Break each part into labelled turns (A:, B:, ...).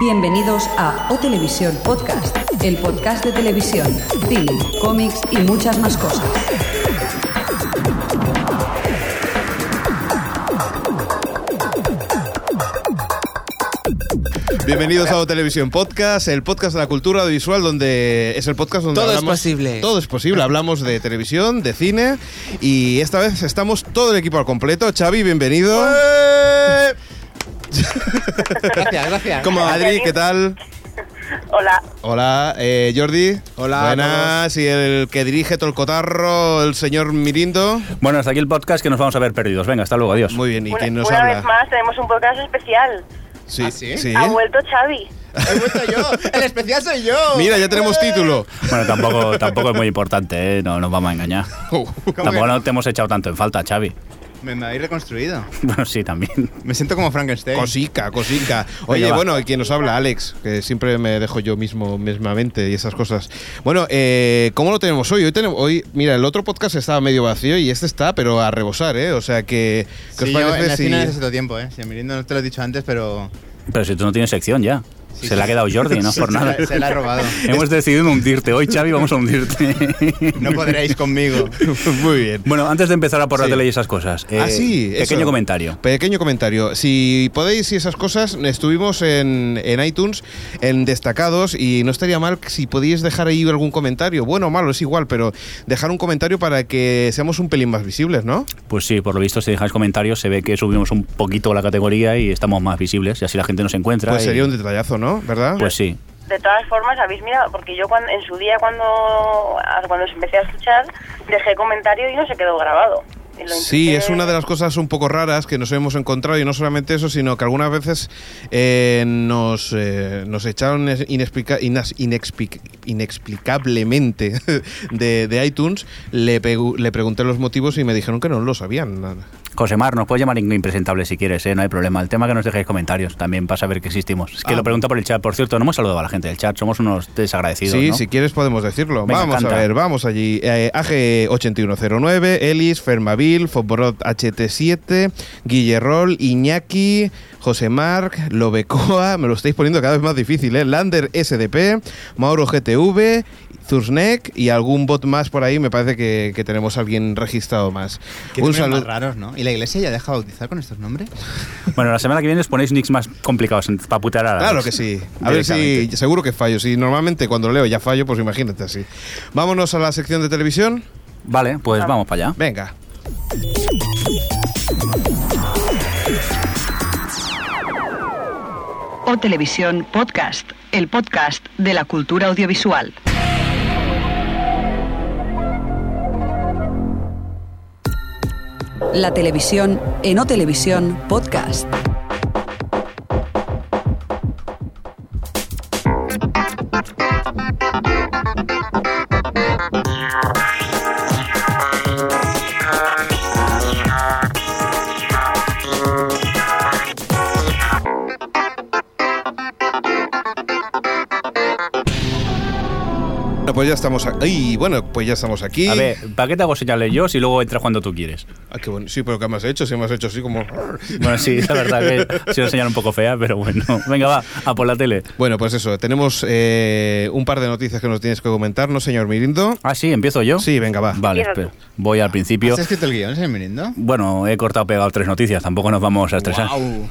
A: Bienvenidos a O Televisión Podcast, el podcast de televisión, cine, cómics y muchas más cosas.
B: Bienvenidos a O Televisión Podcast, el podcast de la cultura audiovisual, donde es el podcast donde
C: Todo es
B: hablamos-
C: posible.
B: Todo es posible. Hablamos de televisión, de cine y esta vez estamos todo el equipo al completo. Xavi, bienvenido.
C: ¡Eh! Gracias, gracias.
B: Como Adri, ¿qué tal?
D: Hola,
B: Hola, eh, Jordi.
C: Hola a
B: Buenas. Y el que dirige todo el cotarro, el señor Mirindo.
E: Bueno, hasta aquí el podcast que nos vamos a ver perdidos. Venga, hasta luego, adiós.
B: Muy bien, ¿y
D: una,
B: quién nos
D: una
B: habla?
D: vez más tenemos un podcast especial.
B: Sí,
C: ¿Ah, sí?
D: Ha vuelto Xavi.
C: He vuelto yo. El especial soy yo.
B: Mira, ya tenemos título.
E: Bueno, tampoco, tampoco es muy importante, ¿eh? no nos vamos a engañar.
B: Uh.
E: Tampoco no te hemos echado tanto en falta, Xavi.
F: Me, me habéis reconstruido.
E: Bueno, sí, también.
F: Me siento como Frankenstein.
B: Cosica, cosica. Oye,
E: Venga, va.
B: bueno, quien nos habla, Alex, que siempre me dejo yo mismo, mismamente y esas cosas. Bueno, eh, ¿cómo lo tenemos hoy? Hoy tenemos, hoy, mira, el otro podcast estaba medio vacío y este está, pero a rebosar, ¿eh? O sea que, ¿qué
F: Sí,
B: os
F: yo en
B: parece
F: la
B: si-
F: esquina necesito tiempo, ¿eh? Si Mirindo no te lo he dicho antes, pero
E: Pero si tú no tienes sección ya.
F: Sí,
E: se la ha
F: sí.
E: quedado Jordi, no es por
F: se la-
E: nada.
F: se la ha robado.
E: Hemos decidido hundirte. Hoy, Xavi, vamos a hundirte.
F: No podréis conmigo.
B: Muy bien.
E: Bueno, antes de empezar a por la
B: Sí.
E: tele y esas cosas. eh,
B: Ah, sí,
E: Pequeño
B: eso.
E: comentario.
B: Pequeño comentario. Si podéis y esas cosas, estuvimos en, en iTunes, en destacados, y no estaría mal si podíais dejar ahí algún comentario. Bueno o malo, es igual, pero dejar un comentario para que seamos un pelín más visibles, ¿no?
E: Pues sí, por lo visto, si dejáis comentarios, se ve que subimos un poquito la categoría y estamos más visibles y así la gente nos encuentra.
B: Pues
E: y-
B: sería un detallazo, ¿no? ¿Verdad?
E: Pues sí.
D: De todas formas, habéis mirado, porque yo cuando, en su día cuando, ah, cuando os empecé a escuchar, dejé comentario y no se quedó grabado. Y lo
B: Sí,
D: intenté-
B: es una de las cosas un poco raras que nos hemos encontrado y no solamente eso, sino que algunas veces eh, nos, eh, nos echaron es- inexplica- inas- inexplic- inexplicablemente de, de iTunes. Le, pegu- le pregunté los motivos y me dijeron que no lo sabían. nada.
E: Josemar, nos puedes llamar impresentable si quieres, ¿eh? no hay problema. El tema que nos dejéis comentarios también para saber que existimos. Es que
B: Ah.
E: lo pregunta por el chat. Por cierto, no hemos saludado a la gente del chat, somos unos desagradecidos.
B: Sí,
E: ¿no?
B: si quieres podemos decirlo.
E: Venga,
B: vamos
E: canta.
B: a ver, vamos allí. Eh, AG8109, Elis, Fermavil, Fosborod HT7, Guillerrol, Iñaki, José Marc, Lobecoa, me lo estáis poniendo cada vez más difícil, ¿eh? Lander SDP, Mauro GTV, Zursnek y algún bot más por ahí, me parece que, que tenemos alguien registrado más.
F: Qué nombres más raros, ¿no? ¿Y la iglesia ya deja bautizar con estos nombres?
E: Bueno, la semana que viene os ponéis nicks más complicados en- para putear a la
B: Claro que sí. A ver si seguro que fallo. Si normalmente cuando leo ya fallo, pues imagínate así. Vámonos a la sección de televisión.
E: Vale, pues vamos para allá.
B: Venga.
A: O Televisión Podcast, el podcast de la cultura audiovisual. La televisión en O Televisión Podcast.
B: Bueno, pues ya estamos aquí. Bueno, pues ya estamos aquí.
E: A ver, ¿para qué te hago señales yo si luego entras cuando tú quieres?
B: Ah, qué bueno. Sí, pero ¿qué me has hecho? Sí, me has hecho así como.
E: Bueno, sí, la verdad que ha sido una señal un poco fea, pero bueno. Venga, va, a por la tele.
B: Bueno, pues eso, tenemos eh, un par de noticias que nos tienes que comentar, ¿no, señor Mirindo?
E: Ah, sí, empiezo yo.
B: Sí, venga, va.
E: Vale,
D: Empieza tú.
E: espera. Voy al principio.
F: ¿Has escrito el guión, señor Mirindo?
E: Bueno, he cortado pegado tres noticias, tampoco nos vamos a estresar.
G: Uh.
F: Guau.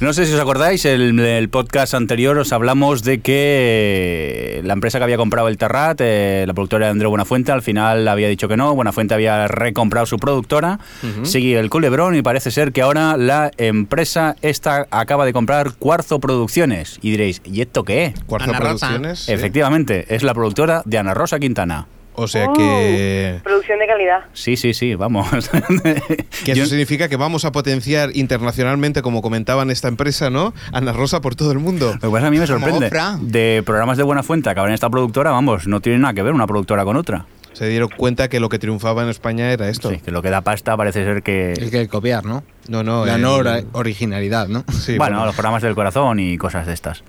E: No sé si os acordáis, en el podcast anterior os hablamos de que la empresa que había comprado el Terrat, eh, la productora de Andreu Buenafuente, al final había dicho que no, Buenafuente había recomprado su productora, sigue el culebrón y parece ser que ahora la empresa esta acaba de comprar Cuarzo Producciones. Y diréis, ¿y esto qué es?
B: Cuarzo
F: Ana Rosa.
B: Producciones. sí.
E: Efectivamente, es la productora de Ana Rosa Quintana.
B: O sea que.
D: Uh, producción de calidad.
E: Sí, sí, sí, vamos.
B: Que eso
E: Yo-
B: significa que vamos a potenciar internacionalmente, como comentaban esta empresa, ¿no? Ana Rosa por todo el mundo.
E: Lo que pasa a mí me
F: Como
E: sorprende.
F: Oprah.
E: De programas de buena fuente acabar en esta productora, vamos, no tiene nada que ver una productora con otra.
B: Se dieron cuenta que lo que triunfaba en España era esto.
E: Sí, que lo que da pasta parece ser que.
G: Es que el copiar, ¿no?
B: No,
F: Pues,
B: no.
G: la
B: eh,
G: no ora- originalidad, ¿no?
B: sí,
E: bueno, los programas del corazón y cosas de estas.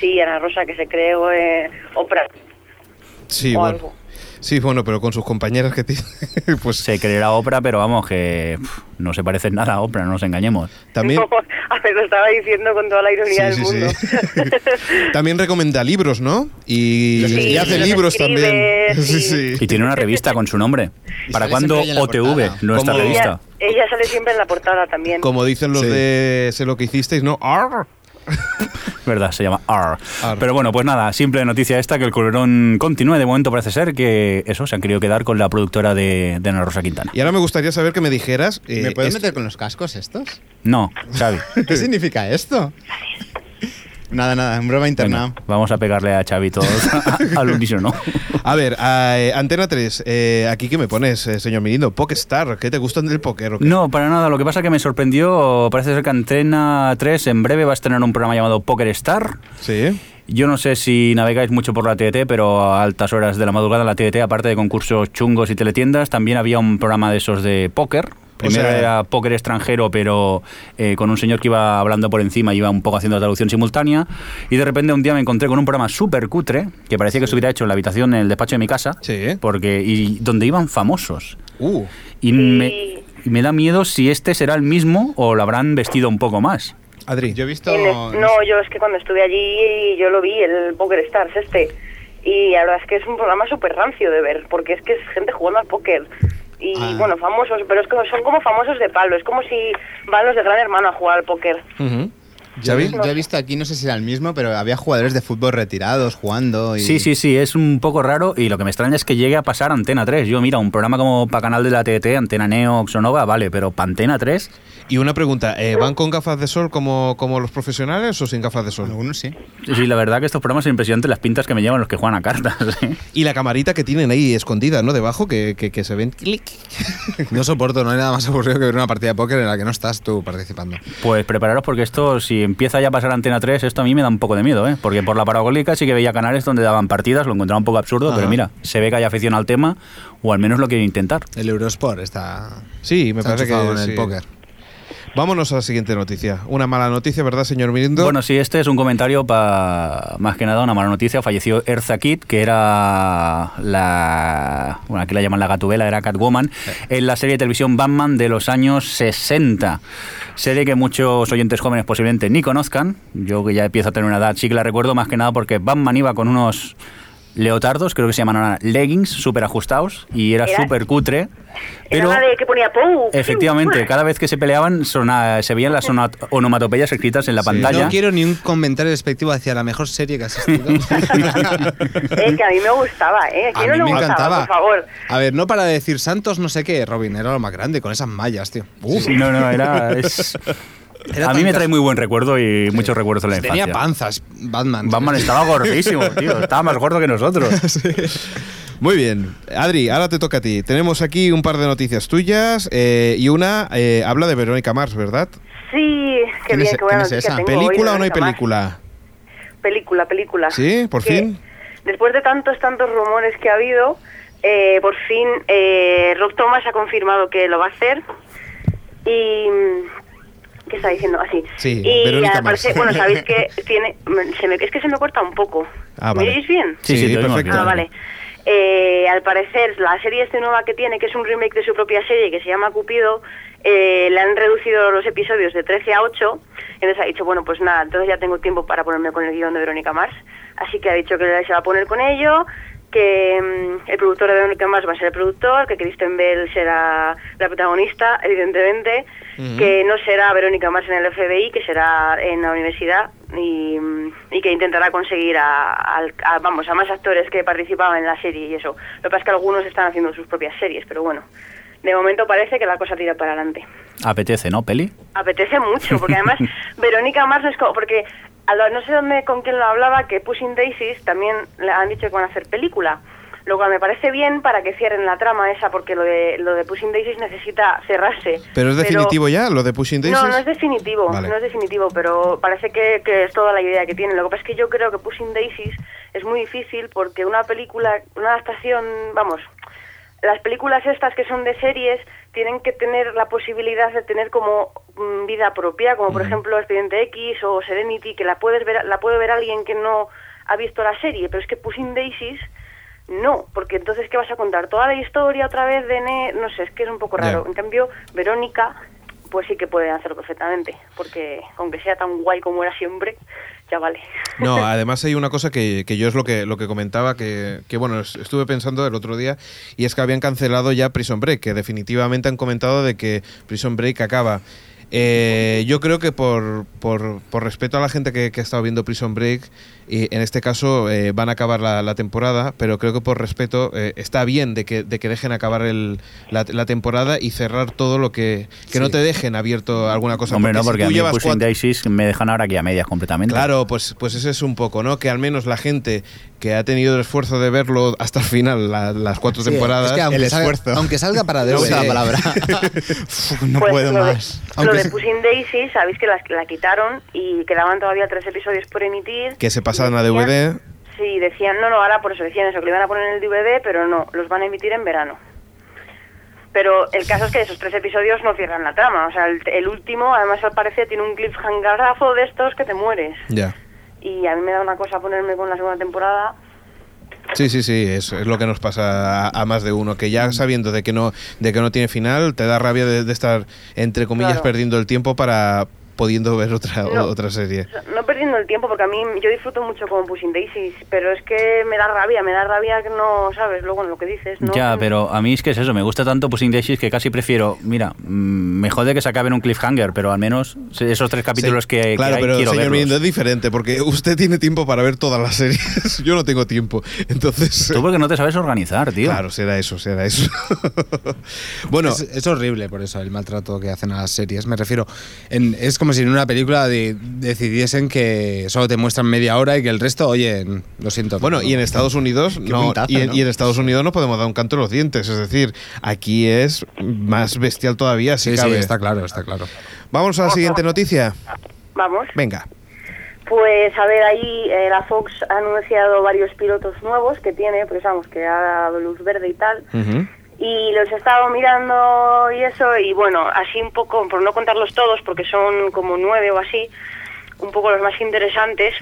D: Sí, Ana Rosa, que se creó eh, Oprah
B: Sí,
D: o
B: bueno.
D: algo.
B: Sí, bueno, pero con sus compañeras que tiene. Pues
E: Se creerá Oprah, pero vamos, que pf, no se parece en nada a Oprah, no nos engañemos.
B: también.
D: a ver, lo estaba diciendo con toda la ironía
B: Sí,
D: del
B: sí,
D: mundo.
B: sí. también recomienda libros, ¿no? Y,
D: Sí,
B: y hace
D: los
B: libros
D: escribe,
B: también.
D: sí.
E: Y tiene una revista con su nombre.
F: Y
E: ¿Para
F: sale
E: cuándo
F: siempre ella en la
E: OTV,
F: portada.
E: nuestra
B: Como-
E: revista?
D: ella, ella sale siempre en la portada también.
B: Como dicen los
G: Sí.
B: de Sé lo que hicisteis, ¿no? Arr.
E: ¿Verdad? Se llama R.
B: R.
E: Pero bueno, pues nada, simple noticia esta, que el culerón continúe. De momento parece ser que eso, se han querido quedar con la productora de, de Ana Rosa Quintana.
B: Y ahora me gustaría saber que me dijeras. eh,
F: ¿Me puedes
B: es-
F: meter con los cascos estos?
E: No, Xavi.
F: ¿Qué significa esto? Nada, nada, en broma interna.
E: Venga, vamos a pegarle a Xavi todos al unísono.
B: A ver, a, eh, Antena 3, eh, aquí que me pones, eh, señor Mirindo, Pokestar, ¿qué te gustan del póker? o qué?
E: No, para nada. Lo que pasa que me sorprendió. Parece ser que Antena 3 en breve va a estrenar un programa llamado Poker Star.
B: Sí.
E: Yo no sé si navegáis mucho por la TDT, pero a altas horas de la madrugada en la TDT, aparte de concursos chungos y teletiendas, también había un programa de esos de póker. Primero
B: sea-
E: era póker extranjero, pero eh, con un señor que iba hablando por encima, iba un poco haciendo traducción simultánea. Y de repente un día me encontré con un programa súper cutre, que parecía que se hubiera hecho en la habitación, en el despacho de mi casa,
B: Sí.
E: porque y donde iban famosos.
B: Uh,
E: Y me, y me da miedo si este será el mismo o lo habrán vestido un poco más.
B: Adri.
F: Yo he visto.
D: ¿Quién es? Eh, No, yo es que cuando estuve allí yo lo vi, el Poker Stars este. Y la verdad es que es un programa súper rancio de ver, porque es que es gente jugando al póker. Y
F: Ah.
D: bueno, famosos, pero es que son como famosos de palo. Es como si van los de Gran Hermano a jugar al póker.
B: Ujú.
F: yo,
B: ¿Xavi?
F: yo he visto aquí, no sé si era el mismo, pero había jugadores de fútbol retirados jugando. Y...
E: Sí, sí, sí, es un poco raro y lo que me extraña es que llegue a pasar a Antena 3. Yo, mira, un programa como para canal de la TT, Antena Neo, Xonova, vale, pero para Antena 3,
B: Y una pregunta, eh, ¿van con gafas de sol como, como los profesionales o sin gafas de sol?
F: Algunos sí.
E: sí, la verdad que estos programas son impresionantes las pintas que me llevan los que juegan a cartas. ¿eh?
B: Y la camarita que tienen ahí escondida, ¿no? Debajo, que, que- que se ven.
G: No soporto, no hay nada más aburrido que ver una partida de póker en la que no estás tú participando.
E: Pues prepararos porque esto, si empieza ya a pasar a Antena 3, esto a mí me da un poco de miedo, ¿eh? Porque por la parabólica sí que veía canales donde daban partidas, lo encontraba un poco absurdo, pero mira, se ve que hay afición al tema, o al menos lo quiero intentar.
G: El Eurosport está.
B: Sí, me
G: está
B: parece que
G: enchufado en
B: sí.
G: el póker.
B: Vámonos a la siguiente noticia. Una mala noticia, ¿verdad, señor Mirindo?
E: Bueno, sí, este es un comentario para más que nada una mala noticia. Falleció Erza Kitt, que era la. Bueno, aquí la llaman la gatubela, era Catwoman, en la serie de televisión Batman de los años 60. Serie que muchos oyentes jóvenes posiblemente ni conozcan. Yo que ya empiezo a tener una edad, sí que la recuerdo más que nada porque Batman iba con unos. Leotardos, creo que se llaman ahora leggings, súper ajustados y era
D: Era-
E: súper cutre. Pero
D: Era la de que ponía Pou.
E: efectivamente, cada vez que se peleaban sona- se veían las ona- onomatopeyas escritas en la pantalla.
G: No quiero ni un comentario despectivo hacia la mejor serie que has asistido.
D: Eh, que a mí me gustaba, ¿eh?
G: A
D: Que no
G: mí
D: le
G: me
D: gustaba,
G: encantaba.
D: por favor.
G: A ver, no para de decir Santos, no sé qué, Robin, era lo más grande, con esas mallas, tío. Uf.
E: Sí, no, no, era. es-
G: Era
E: a
G: tan
E: mí me
G: cas-
E: trae muy buen recuerdo y muchos recuerdos de la infancia.
G: Tenía panzas, Batman.
E: Batman estaba gordísimo, tío. Estaba más gordo que nosotros.
B: Muy bien. Adri, ahora te toca a ti. Tenemos aquí un par de noticias tuyas eh, y una eh, habla de Verónica Mars, ¿verdad?
D: Sí, qué
F: ¿Quién
D: bien,
F: es-
D: qué buena
F: quién es
D: noticia
F: esa?
D: tengo hoy,
B: ¿Película o no hay
D: Verónica Mars.
B: película?
D: Película, película.
B: Sí, por
D: Que
B: fin.
D: Después de tantos, tantos rumores que ha habido, eh, por fin eh, Rob Thomas ha confirmado que lo va a hacer. Y. mm, ¿Qué está diciendo? Así.
B: Sí,
D: y
B: Verónica
D: al parecer-
B: Mars.
D: bueno, sabéis que tiene. se me- es que se me corta un poco.
B: Ah,
D: ¿Me
B: vale.
D: oís bien?
E: Sí, sí,
B: Sí,
E: te oímos
B: perfecto.
E: bien.
D: Ah, vale. Eh, al parecer, la serie este nueva que tiene, que es un remake de su propia serie, que se llama Cupido, eh, le han reducido los episodios de 13 a 8. Entonces ha dicho, bueno, pues nada, entonces ya tengo tiempo para ponerme con el guión de Verónica Mars. Así que ha dicho que se va a poner con ello, que mm, el productor de Verónica Mars va a ser el productor, que Kristen Bell será la protagonista, evidentemente, que no será Verónica Mars en el FBI, que será en la universidad y, mm, y que intentará conseguir a, al- a- vamos a más actores que participaban en la serie y eso. Lo que pasa es que algunos están haciendo sus propias series, pero bueno, de momento parece que la cosa tira para adelante.
E: Apetece, ¿no, Peli?
D: Apetece mucho, porque además Verónica Mars es como, porque a lo- no sé dónde con quién lo hablaba, que Pushing Daisies también le han dicho que van a hacer película. Lo cual me parece bien para que cierren la trama esa, porque lo de, lo de Pushing Daisies necesita cerrarse.
B: ¿Pero es definitivo ya lo de Pushing Daisies?
D: No, no es definitivo,
B: Vale.
D: no es definitivo, pero parece que, que es toda la idea que tiene. Lo que pasa es que yo creo que Pushing Daisies es muy difícil porque una película, una adaptación, vamos, las películas estas que son de series tienen que tener la posibilidad de tener como mm, vida propia, como por ejemplo Expediente X o Serenity, que la puedes ver, la puede ver alguien que no ha visto la serie, pero es que Pushing Daisies No, porque entonces, ¿qué vas a contar? Toda la historia otra vez de... Ne no sé, es que es un poco raro.
G: Ya.
D: En cambio, Verónica, pues sí que puede hacerlo perfectamente, porque aunque sea tan guay como era siempre, ya vale.
B: No, además hay una cosa que, que yo es lo que, lo que comentaba, que, que, bueno, es- estuve pensando el otro día, y es que habían cancelado ya Prison Break, que definitivamente han comentado de que Prison Break acaba. Eh, yo creo que por, por- por respeto a la gente que, que ha estado viendo Prison Break, y en este caso eh, van a acabar la, la temporada, pero creo que por respeto eh, está bien de que, de que dejen acabar el- la, la temporada y cerrar todo lo que... Que no te dejen abierto alguna cosa.
E: Hombre, no,
B: si
E: porque
B: Pues tú
E: a mí
B: llevas
E: Pushing
B: cuatro-
E: Daisies me dejan ahora aquí a medias completamente.
B: Claro, pues, pues ese es un poco, ¿no? Que al menos la gente que ha tenido el esfuerzo de verlo hasta el final, la- las cuatro
G: Sí,
B: temporadas.
G: es que aunque
F: el
G: salga,
F: esfuerzo.
G: Aunque salga para
F: No
G: DVD.
F: usa la palabra. Uf, no puedo
D: Pues lo de-
F: más.
D: lo
G: Aunque
D: de
G: se-
D: Pushing Daisy, sabéis que la, la quitaron y quedaban todavía tres episodios por emitir.
B: Que se pasaron a
D: Decían-
B: DVD.
D: Sí, decían, no, no, ahora por eso decían eso, que lo iban a poner en el DVD, pero no, los van a emitir en verano. Pero el caso es que esos tres episodios no cierran la trama. O sea, el, el último, además al parecer, tiene un cliffhangerazo de estos que te mueres.
B: Ya.
D: Y a mí me da una cosa ponerme con la segunda temporada.
B: Sí, sí, sí, es, es lo que nos pasa a, a más de uno, que ya sabiendo de que no, de que no tiene final, te da rabia de, de estar, entre comillas,
D: Claro.
B: perdiendo el tiempo para pudiendo ver otra,
D: No.
B: otra serie.
D: O sea, No perdiendo el tiempo, porque a mí yo disfruto mucho con Pushing Daisies, pero es que me da rabia, me da rabia que no, ¿sabes? Luego en lo que dices, ¿no?
E: Ya, pero a mí es que es eso, me gusta tanto Pushing Daisies que casi prefiero, mira, mm, me jode que se acabe en un cliffhanger, pero al menos esos tres capítulos
B: Sí,
E: que, que
B: claro,
E: hay
B: pero
E: quiero
B: señor
E: verlos.
B: Mirindo, es diferente, porque usted tiene tiempo para ver todas las series. Yo no tengo tiempo. Entonces.
E: Tú porque no te sabes organizar, tío.
B: Claro, será eso, será eso. bueno,
G: Es, es horrible por eso el maltrato que hacen a las series. Me refiero, en- es como si en una película de- decidiesen que solo te muestran media hora y que el resto, oye, n- lo siento.
B: bueno, y en Estados Unidos no,
F: puntazo,
B: y, en,
F: ¿no?
B: y en Estados Unidos no podemos dar un canto en los dientes, es decir, aquí es más bestial todavía, si
G: Sí, sí,
B: cabe.
G: está claro, está claro.
B: Vamos a la siguiente noticia.
D: Vamos.
B: Venga.
D: Pues a ver, ahí eh, la Fox ha anunciado varios pilotos nuevos que tiene, pues vamos, que ha dado luz verde y tal.
B: Ujú.
D: Y los he estado mirando y eso, y bueno, así un poco, por no contarlos todos, porque son como nueve o así, un poco los más interesantes.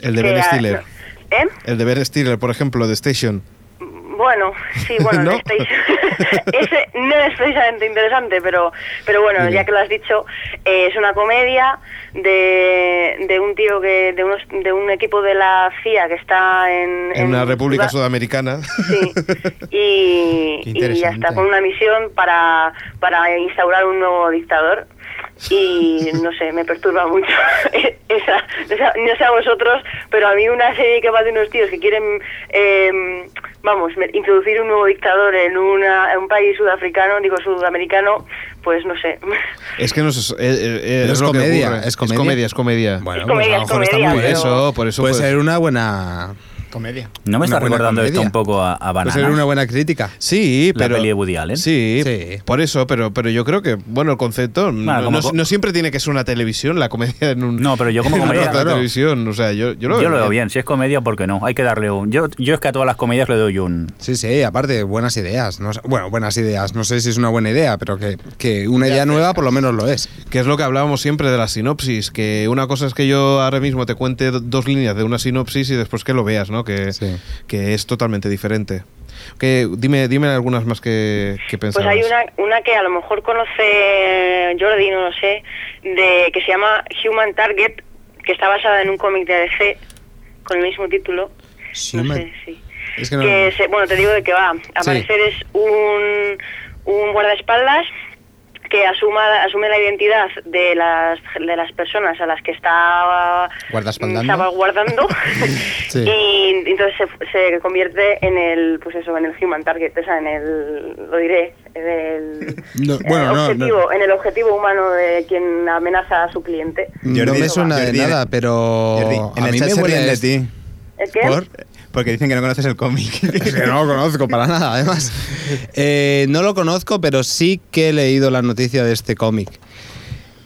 B: El de
D: que
B: Ben
D: ha-
B: Stiller.
D: ¿Eh?
B: El de Ben Stiller, por ejemplo, de Station.
D: Bueno, sí, bueno,
B: ¿No?
D: no. ese no es precisamente interesante, pero, pero bueno, ya que lo has dicho, eh, es una comedia de, de un tío que, de, unos, de un equipo de la CIA que está en...
B: En una república
D: Suda-
B: sudamericana.
D: Sí, y,
F: Qué
D: y ya está,
F: interesante.
D: con una misión para, para instaurar un nuevo dictador. Y no sé, me perturba mucho. Esa, esa- no sé a vosotros, pero a mí una serie que va de unos tíos que quieren, eh, vamos, me- introducir un nuevo dictador en, una, en un país sudafricano, digo sudamericano, pues no sé.
B: es que no es, eh, eh, eh,
G: Pero es
B: lo que
G: comedia,
B: ocurre.
G: es comedia.
B: es comedia, es comedia.
G: Bueno, pues
D: Es comedia, es comedia,
B: por
D: pero-
B: eso, por eso
G: puede
B: pues-
G: ser una buena.
F: Comedia.
E: No
G: Una
E: me está
G: buena
E: recordando esto
G: comedia.
E: un poco a, a
G: Puede
E: Bananas.
G: ser una buena crítica.
B: Sí,
E: La
B: pero.
E: peli de Woody Allen.
B: Sí,
G: Sí.
B: por eso, pero, pero yo creo que, bueno, el concepto. no-
E: como
B: no,
E: co-
B: no siempre tiene que ser una televisión, la comedia en un.
E: No, pero yo como
B: en una
E: comedia-
B: otra
E: Claro.
B: televisión, o sea, yo, yo lo
E: yo lo veo bien, si es comedia, ¿por qué no? Hay que darle un... Yo, yo es que a todas las comedias le doy un...
G: Sí, sí, aparte, buenas ideas. No, sé- bueno, buenas ideas. No sé si es una buena idea, pero que, que una idea nueva por lo menos lo es.
B: Que es lo que hablábamos siempre de la sinopsis, que una cosa es que yo ahora mismo te cuente do- dos líneas de una sinopsis y después que lo veas, ¿no? Que,
G: Sí.
B: que es totalmente diferente. Que, dime, dime algunas más que, que
D: Pues
B: pensabas.
D: hay una, una que a lo mejor conoce Jordi, no lo sé, de que se llama Human Target, que está basada en un cómic de DC con el mismo título. No
G: Human-
D: sé, sí.
G: Es que
D: que
G: no-
D: se- bueno, te digo de qué va. A
G: Sí.
D: parecer es un, un guardaespaldas que asuma, asume la identidad de las, de las personas a las que está
F: Guardaespaldando.
D: estaba guardando
G: Sí.
D: y entonces se, se convierte en el pues eso en el human target o sea en el lo diré en el,
G: No,
D: eh,
G: bueno, no,
D: objetivo
G: no.
D: en el objetivo humano de quien amenaza a su cliente
G: no
F: Jordi,
G: me suena de
F: Jordi,
G: nada, pero
F: Jordi, en
G: Oh, a
F: el
G: mí
F: chat
G: me
F: se
G: huele
F: ríen de
G: esto.
F: ti.
D: ¿El qué?
F: ¿Por? Porque dicen que no conoces el cómic.
G: Es que no lo conozco para nada, además. Eh, no lo conozco, pero sí que he leído la noticia de este cómic.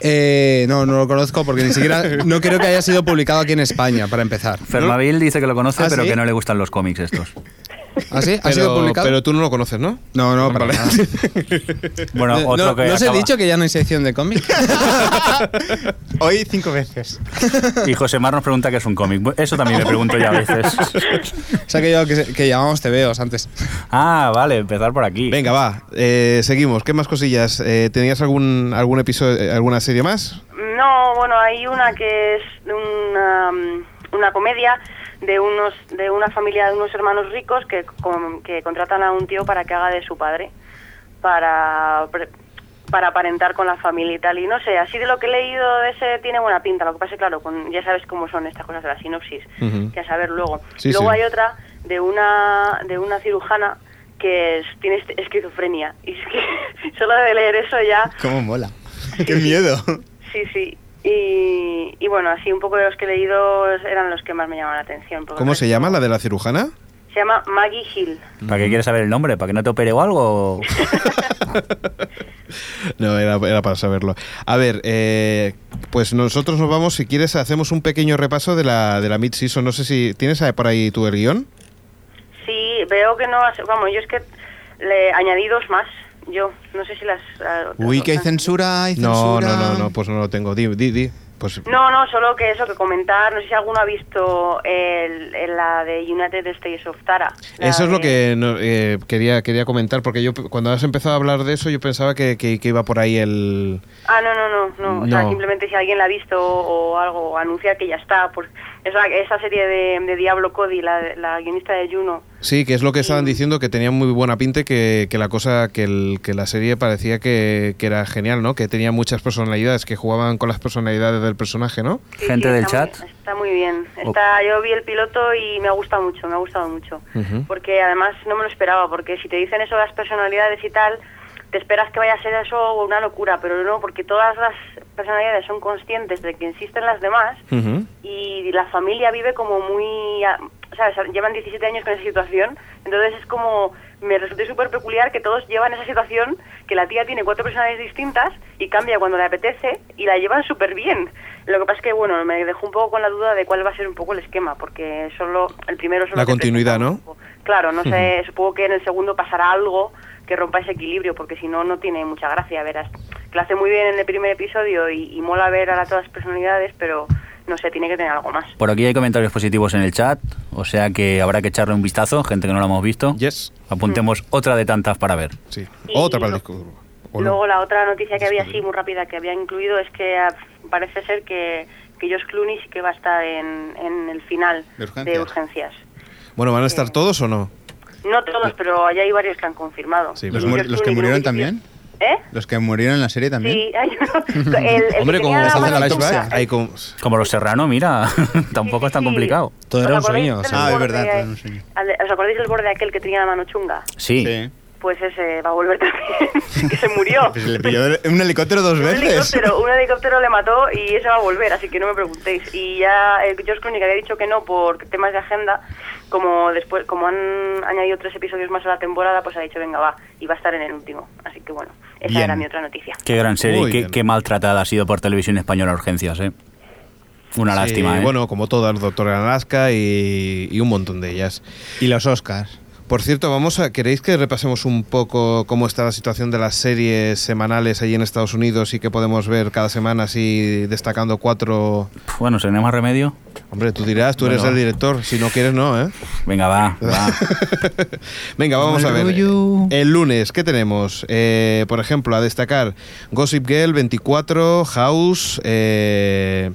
G: Eh, no, no lo conozco porque ni siquiera. No creo que haya sido publicado aquí en España, para empezar.
E: Fermaville dice que lo conoce,
G: ¿Ah,
E: pero
G: sí?
E: que no le gustan los cómics estos.
G: ¿Ah, sí? ¿Ha
B: Pero-
G: sido publicado?
B: Pero tú no lo conoces, ¿no?
G: No, no, para
B: Vale.
G: nada.
E: Bueno,
G: No,
E: otro
G: no,
E: que
G: ¿no os he
E: acaba-
G: dicho que ya no hay sección de cómic?
F: Hoy cinco veces.
E: Y José Mar nos pregunta qué es un cómic. Bu- Eso también me pregunto yo a veces.
G: o sea, que, yo, que, que llamamos tebeos antes.
E: Ah, vale, empezar por aquí.
B: Venga, va. eh, seguimos. ¿Qué más cosillas? Eh, ¿Tenías algún, algún episodio, eh, alguna serie más?
D: No, bueno, hay una que es una, mm, una comedia de unos de una familia de unos hermanos ricos que, con- que contratan a un tío para que haga de su padre para pre- para aparentar con la familia y tal y no sé así de lo que he leído de ese tiene buena pinta lo que pasa es que, claro con, ya sabes cómo son estas cosas de la sinopsis
B: Ujú.
D: que a saber luego
B: Sí,
D: luego
B: sí.
D: hay otra de una de una cirujana que es- tiene est- esquizofrenia y es que solo de leer eso ya
F: ¿Cómo mola? ¡Qué miedo!
D: Sí, sí. Y, y bueno, así un poco de los que he leído eran los que más me llamaban la atención. porque
B: ¿Cómo se llama? ¿La de la cirujana?
D: Se llama Maggie Hill.
E: ¿Para qué quieres saber el nombre? ¿Para que no te opere o algo?
B: No, era, era para saberlo. A ver, eh, pues nosotros nos vamos, si quieres, hacemos un pequeño repaso de la, de la mid-season. No sé si tienes ahí por ahí tú el guión.
D: Sí, veo que no... has- Vamos, yo es que le añadí dos más. Yo, no sé si las... ah,
F: Uy, que hay
D: ah.
F: censura, hay
B: No,
F: censura.
B: no, no, no, pues no lo tengo. Di, di, di. Pues,
D: No, no, solo que eso, que comentar, no sé si alguno ha visto el, el- la de United States of Tara. la
B: Eso es lo
D: de-
B: que no- eh, quería, quería comentar, porque yo cuando has empezado a hablar de eso, yo pensaba que, que- que iba por ahí el...
D: Ah, no, no, no, no. O sea,
B: No.
D: simplemente si alguien la ha visto o algo, anunciar que ya está. Por... Esa, esa serie de, de Diablo Cody, la, la guionista de Juno,
B: Sí, que es lo que estaban
D: Sí.
B: diciendo, que tenía muy buena pinta y que, que la cosa, que, el- que la serie parecía que, que era genial, ¿no? Que tenía muchas personalidades, que jugaban con las personalidades del personaje, ¿no?
D: Sí,
E: Gente
D: sí,
E: del
D: está muy-
E: chat.
D: está muy bien. Está, yo vi el piloto y me ha gustado mucho, me ha gustado mucho.
B: Ujú.
D: Porque además no me lo esperaba, porque si te dicen eso de las personalidades y tal, te esperas que vaya a ser eso una locura, pero no, porque todas las personalidades son conscientes de que existen las demás
B: Ujú.
D: y la familia vive como muy... a- ¿Sabes? Llevan 17 años con esa situación, entonces es como... Me resulta súper peculiar que todos llevan esa situación, que la tía tiene cuatro personalidades distintas y cambia cuando le apetece y la llevan súper bien. Lo que pasa es que, bueno, me dejó un poco con la duda de cuál va a ser un poco el esquema, porque solo el primero... Solo
B: La
D: te
B: continuidad,
D: presenta un
B: ¿no?
D: poco. Claro, no sé, supongo que en el segundo pasará algo que rompa ese equilibrio, porque si no, no tiene mucha gracia. Verás, que lo hace muy bien en el primer episodio y, y mola ver a la- todas las personalidades, pero no sé, tiene que tener algo más.
E: Por aquí hay comentarios positivos en el chat, o sea que habrá que echarle un vistazo, gente que no lo hemos visto.
B: Yes.
E: Apuntemos otra de tantas para ver.
B: Sí.
D: Y
B: Otra para el
D: lo-
B: disco. ¿o no?
D: Luego, la otra noticia que había
B: Disculpe.
D: así, muy rápida, que había incluido es que ah, parece ser que, que Josh Clooney sí que va a estar en, en el final
F: De urgencias.
D: urgencias.
B: Bueno, ¿van a estar todos o no?
D: No
F: Pues
D: todos, pero allá hay varios que han confirmado.
B: Sí,
D: Y
B: los
D: George
F: mu- pues los que
D: Clooney
F: murieron
D: creo que sí.
F: también.
D: ¿Eh?
F: Los que murieron en la serie también.
D: Sí, hay uno. El, el
B: Hombre,
D: que
B: como
D: tenía
B: se hace
D: la
B: la ¿eh?
D: mano
B: autopsia.
D: cortada.
B: Ahí como-
E: Como los serrano, mira, tampoco es tan
D: Sí, sí, sí.
E: complicado.
G: Todo
D: ¿Os
G: era un
D: acordáis
G: sueño,
D: del
G: o sea.
F: Ah, es
D: borde
F: verdad, todo
D: ahí?
F: era un sueño.
D: Al- ¿Os acordáis del borde aquel que tenía la mano chunga?
E: Sí.
F: Sí.
D: Pues ese va a volver también, que se murió.
F: Pues le pilló de- un helicóptero dos
D: Un
F: veces.
D: helicóptero, un helicóptero le mató y ese va a volver, así que no me preguntéis. Y ya eh, George Clooney que había dicho que no por temas de agenda, como después como han añadido tres episodios más a la temporada, pues ha dicho, venga, va, y va a estar en el último. Así que bueno, esa
F: Bien.
D: era mi otra noticia.
E: Qué gran serie,
B: Muy
E: y qué,
B: bien.
E: qué maltratada ha sido por televisión española Urgencias, ¿eh? Una
B: Sí,
E: lástima, ¿eh?
B: Bueno, como todas, Doctor Alaska y, y un montón de ellas.
F: Y los Oscars.
B: Por cierto, vamos a, ¿queréis que repasemos un poco cómo está la situación de las series semanales allí en Estados Unidos y que podemos ver cada semana así destacando cuatro?
E: Pf, Bueno, ¿se tiene más remedio?
B: Hombre, tú dirás, tú eres
E: Bueno.
B: el director, si no quieres no, ¿eh?
E: Venga, va, va.
B: Venga, vamos a ver.
F: Arroyo.
B: El lunes, ¿qué tenemos? Eh, por ejemplo, a destacar Gossip Girl, 24, House, eh,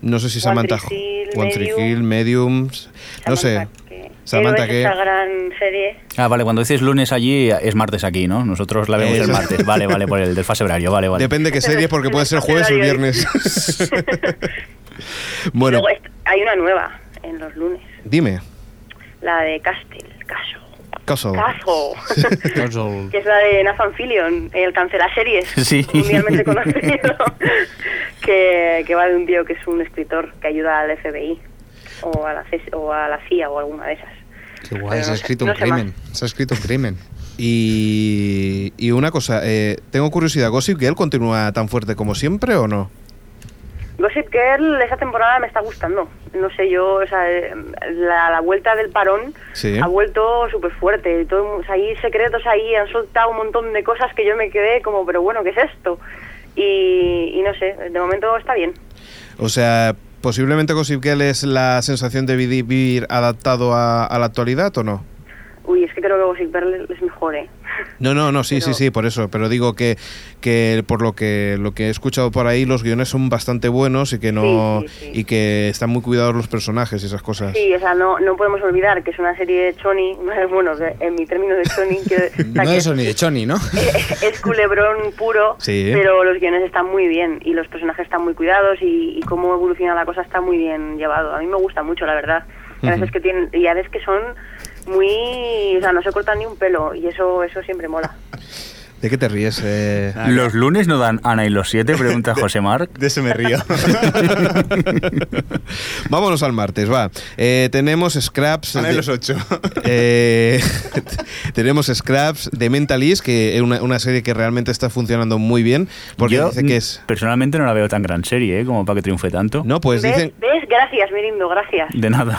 B: no sé si
D: One
B: Samantha...
D: Tree Hill,
B: One Tree
D: Medium.
B: Hill, Mediums, no sé. Samantha,
D: Samantha,
B: ¿qué?
D: que... Esta gran serie.
E: Ah, vale, cuando dices lunes allí, es martes aquí, ¿no? Nosotros la vemos el
B: Eso.
E: martes. Vale, vale, por el desfase horario, vale, vale.
B: Depende qué series, porque puede ser
D: Pero
B: jueves o
D: hay-
B: viernes. bueno,
D: Luego est- hay una nueva en los lunes,
B: dime.
D: la de Castle, Caso.
B: Caso.
D: Caso. que es la de Nathan Fillion, el cancela series,
E: Sí.
D: mundialmente conocido, que, que va de un tío que es un escritor que ayuda al FBI o a la, C- o a la CIA o alguna de esas.
G: Qué
D: Pero
G: guay,
D: no
G: se ha
D: sé-
G: escrito
D: no
G: un
D: sé
G: crimen. Se ha escrito un crimen.
B: Y, y una cosa, eh, tengo curiosidad, ¿Gossip Girl continúa tan fuerte como siempre o no?
D: más. Gossip Girl, esa temporada me está gustando. No sé, yo, o sea, eh, la, la vuelta del parón
B: Sí.
D: ha vuelto súper fuerte. Todo, el mu- o sea, hay secretos ahí, han soltado un montón de cosas que yo me quedé como, pero bueno, ¿qué es esto? Y, y no sé, de momento está bien.
B: O sea, posiblemente Gossip Girl es la sensación de vivir adaptado a, a la actualidad o no?
D: Uy, es que creo que Gossip Girl es mejor, ¿eh?
B: No, no, no, sí,
D: Pero-
B: sí, sí, por eso. Pero digo que, que por lo que lo que he escuchado por ahí, los guiones son bastante buenos y que no
D: Sí, sí, sí.
B: y que están muy cuidados los personajes y esas cosas.
D: Sí, o sea, no, no podemos olvidar que es una serie de Choni, bueno, de- en mi término de Choni, quiero- o sea,
G: No
D: que
G: de Sony, de Choni, ¿no?
D: es, es culebrón puro,
B: Sí.
D: pero los guiones están muy bien y los personajes están muy cuidados y, y cómo evoluciona la cosa está muy bien llevado. A mí me gusta mucho, la verdad. Y a veces que tienen, y a veces que son muy, o sea, no se cortan ni un pelo y eso eso siempre mola.
B: ¿De qué te ríes? eh?
E: ¿Los lunes no dan Ana y los siete? Pregunta José Marc.
F: De eso me río.
B: Vámonos al martes, va. Eh, tenemos Scraps.
F: Ana de
B: de-
F: los ocho.
B: Eh, tenemos Scraps de Mentalist, que es una, una serie que realmente está funcionando muy bien. Porque
E: Yo, mm,
B: dice que es.
E: Personalmente no la veo tan gran serie, ¿eh? Como para que triunfe tanto.
B: No, pues
D: ¿Ves?
B: dicen.
D: ¿Ves? Gracias, Mirindo, gracias.
E: De nada.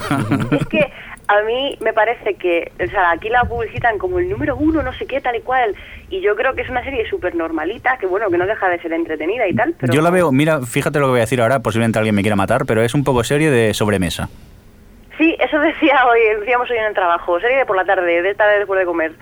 D: Es que a mí me parece que, o sea, aquí la publicitan como el número uno, no sé qué, tal y cual. Y yo creo que es una serie súper normalita, que bueno, que no deja de ser entretenida y tal. Pero
E: Yo la veo, mira, fíjate lo que voy a decir ahora, posiblemente alguien me quiera matar, pero es un poco serie de sobremesa.
D: Sí, eso decía hoy, decíamos hoy en el trabajo, serie de por la tarde, de tarde después de comer.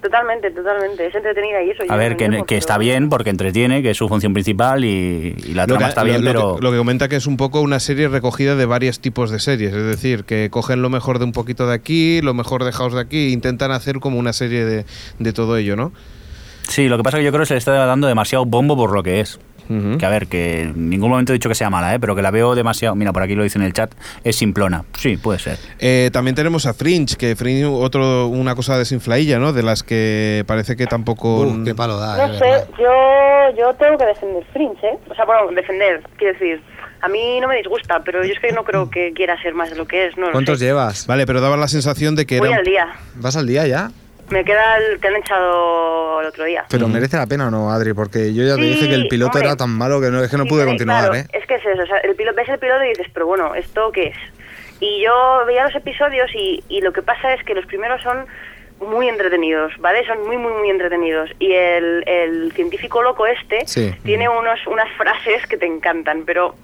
D: Totalmente, totalmente, es entretenida y eso. yo
E: A ver,
D: no
E: que,
D: niego,
E: que
D: pero-
E: está bien porque entretiene, que es su función principal y, y la
B: Lo que,
E: trama está
B: lo-
E: bien,
B: lo
E: pero...
B: que- lo que comenta que es un poco una serie recogida de varios tipos de series, es decir, que cogen lo mejor de un poquito de aquí, lo mejor de House de aquí, e intentan hacer como una serie de, de todo ello, ¿no?
E: Sí, lo que pasa es que yo creo que se le está dando demasiado bombo por lo que es.
B: Ujú.
E: Que a ver, que en ningún momento he dicho que sea mala, ¿eh? pero que la veo demasiado. Mira, por aquí lo dice en el chat, es simplona. Sí, puede ser.
B: Eh, también tenemos a Fringe, que Fringe otro una cosa de sinflailla, ¿no? De las que parece que tampoco
G: Uh, qué palo da.
D: No
G: de
D: sé,
G: verdad.
D: yo, yo tengo que defender Fringe, ¿eh? O sea, bueno, defender, quiero decir, a mí no me disgusta, pero yo es que no creo que quiera ser más de lo que es, ¿no? lo
G: ¿Cuántos
D: sé.
G: llevas?
B: Vale, pero daba la sensación de que
D: Voy
B: era
D: al día,
G: ¿Vas al día ya?
D: me queda el que han echado el otro día.
F: Mm.
G: Pero merece la pena o no, Adri, porque yo ya te
D: Sí,
G: dije que el piloto
D: hombre.
G: era tan malo que no, es que no
D: Sí,
G: pude
D: sí,
G: continuar,
D: claro,
G: ¿eh?
D: Es que es eso, o sea, el piloto, ves el piloto y dices, pero bueno, ¿esto qué es? Y yo veía los episodios y, y lo que pasa es que los primeros son muy entretenidos, ¿vale? Son muy, muy, muy entretenidos. Y el, el científico loco este
G: Sí.
D: tiene unos, unas frases que te encantan, pero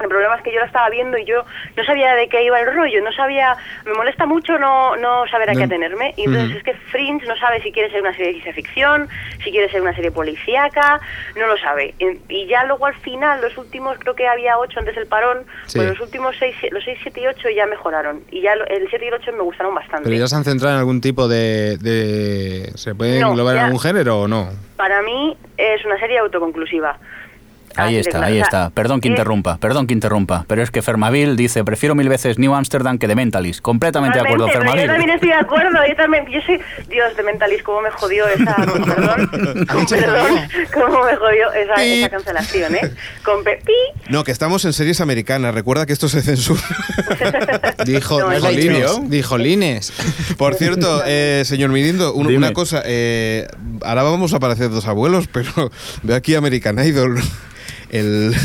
D: el problema es que yo lo estaba viendo y yo no sabía de qué iba el rollo, no sabía, me molesta mucho no, no saber a qué
G: No.
D: atenerme. Y entonces
G: Ujú.
D: es que Fringe no sabe si quiere ser una serie de ciencia ficción, si quiere ser una serie policíaca, no lo sabe. Y- Y ya luego al final, los últimos, creo que había ocho antes del parón,
G: Sí.
D: pues los últimos seis, los seis, siete y ocho ya mejoraron. Y ya lo- el siete y el ocho me gustaron bastante.
G: Pero ya se han centrado en algún tipo de. de- ¿Se puede
D: No,
G: englobar en
D: ya.
G: algún género o no?
D: Para mí es una serie autoconclusiva. Así
E: Ahí
D: de
E: está,
D: claro.
E: ahí
D: O sea, eh,
E: está. Perdón que
D: es-
E: interrumpa, perdón que interrumpa. Pero es que Fermaville dice, prefiero mil veces New Amsterdam que The Mentalist. Completamente de acuerdo,
D: Totalmente, pero Yo también
E: Fermaville.
D: estoy de acuerdo, yo también, yo soy, Dios, de Mentalist, cómo me jodió esa, con perdón, con perdón, cómo me jodió esa, esa cancelación, ¿eh? Con pe- pi.
B: No, que estamos en series americanas. Recuerda que esto se censura.
G: Dijo,
D: No,
G: dijo
D: es
F: la
G: Lines.
F: HBO.
G: Dijo Lines.
B: Por cierto, eh, señor Mirindo, un-
E: Dime.
B: una cosa. eh, ahora vamos a parecer dos abuelos, pero veo aquí American Idol. El-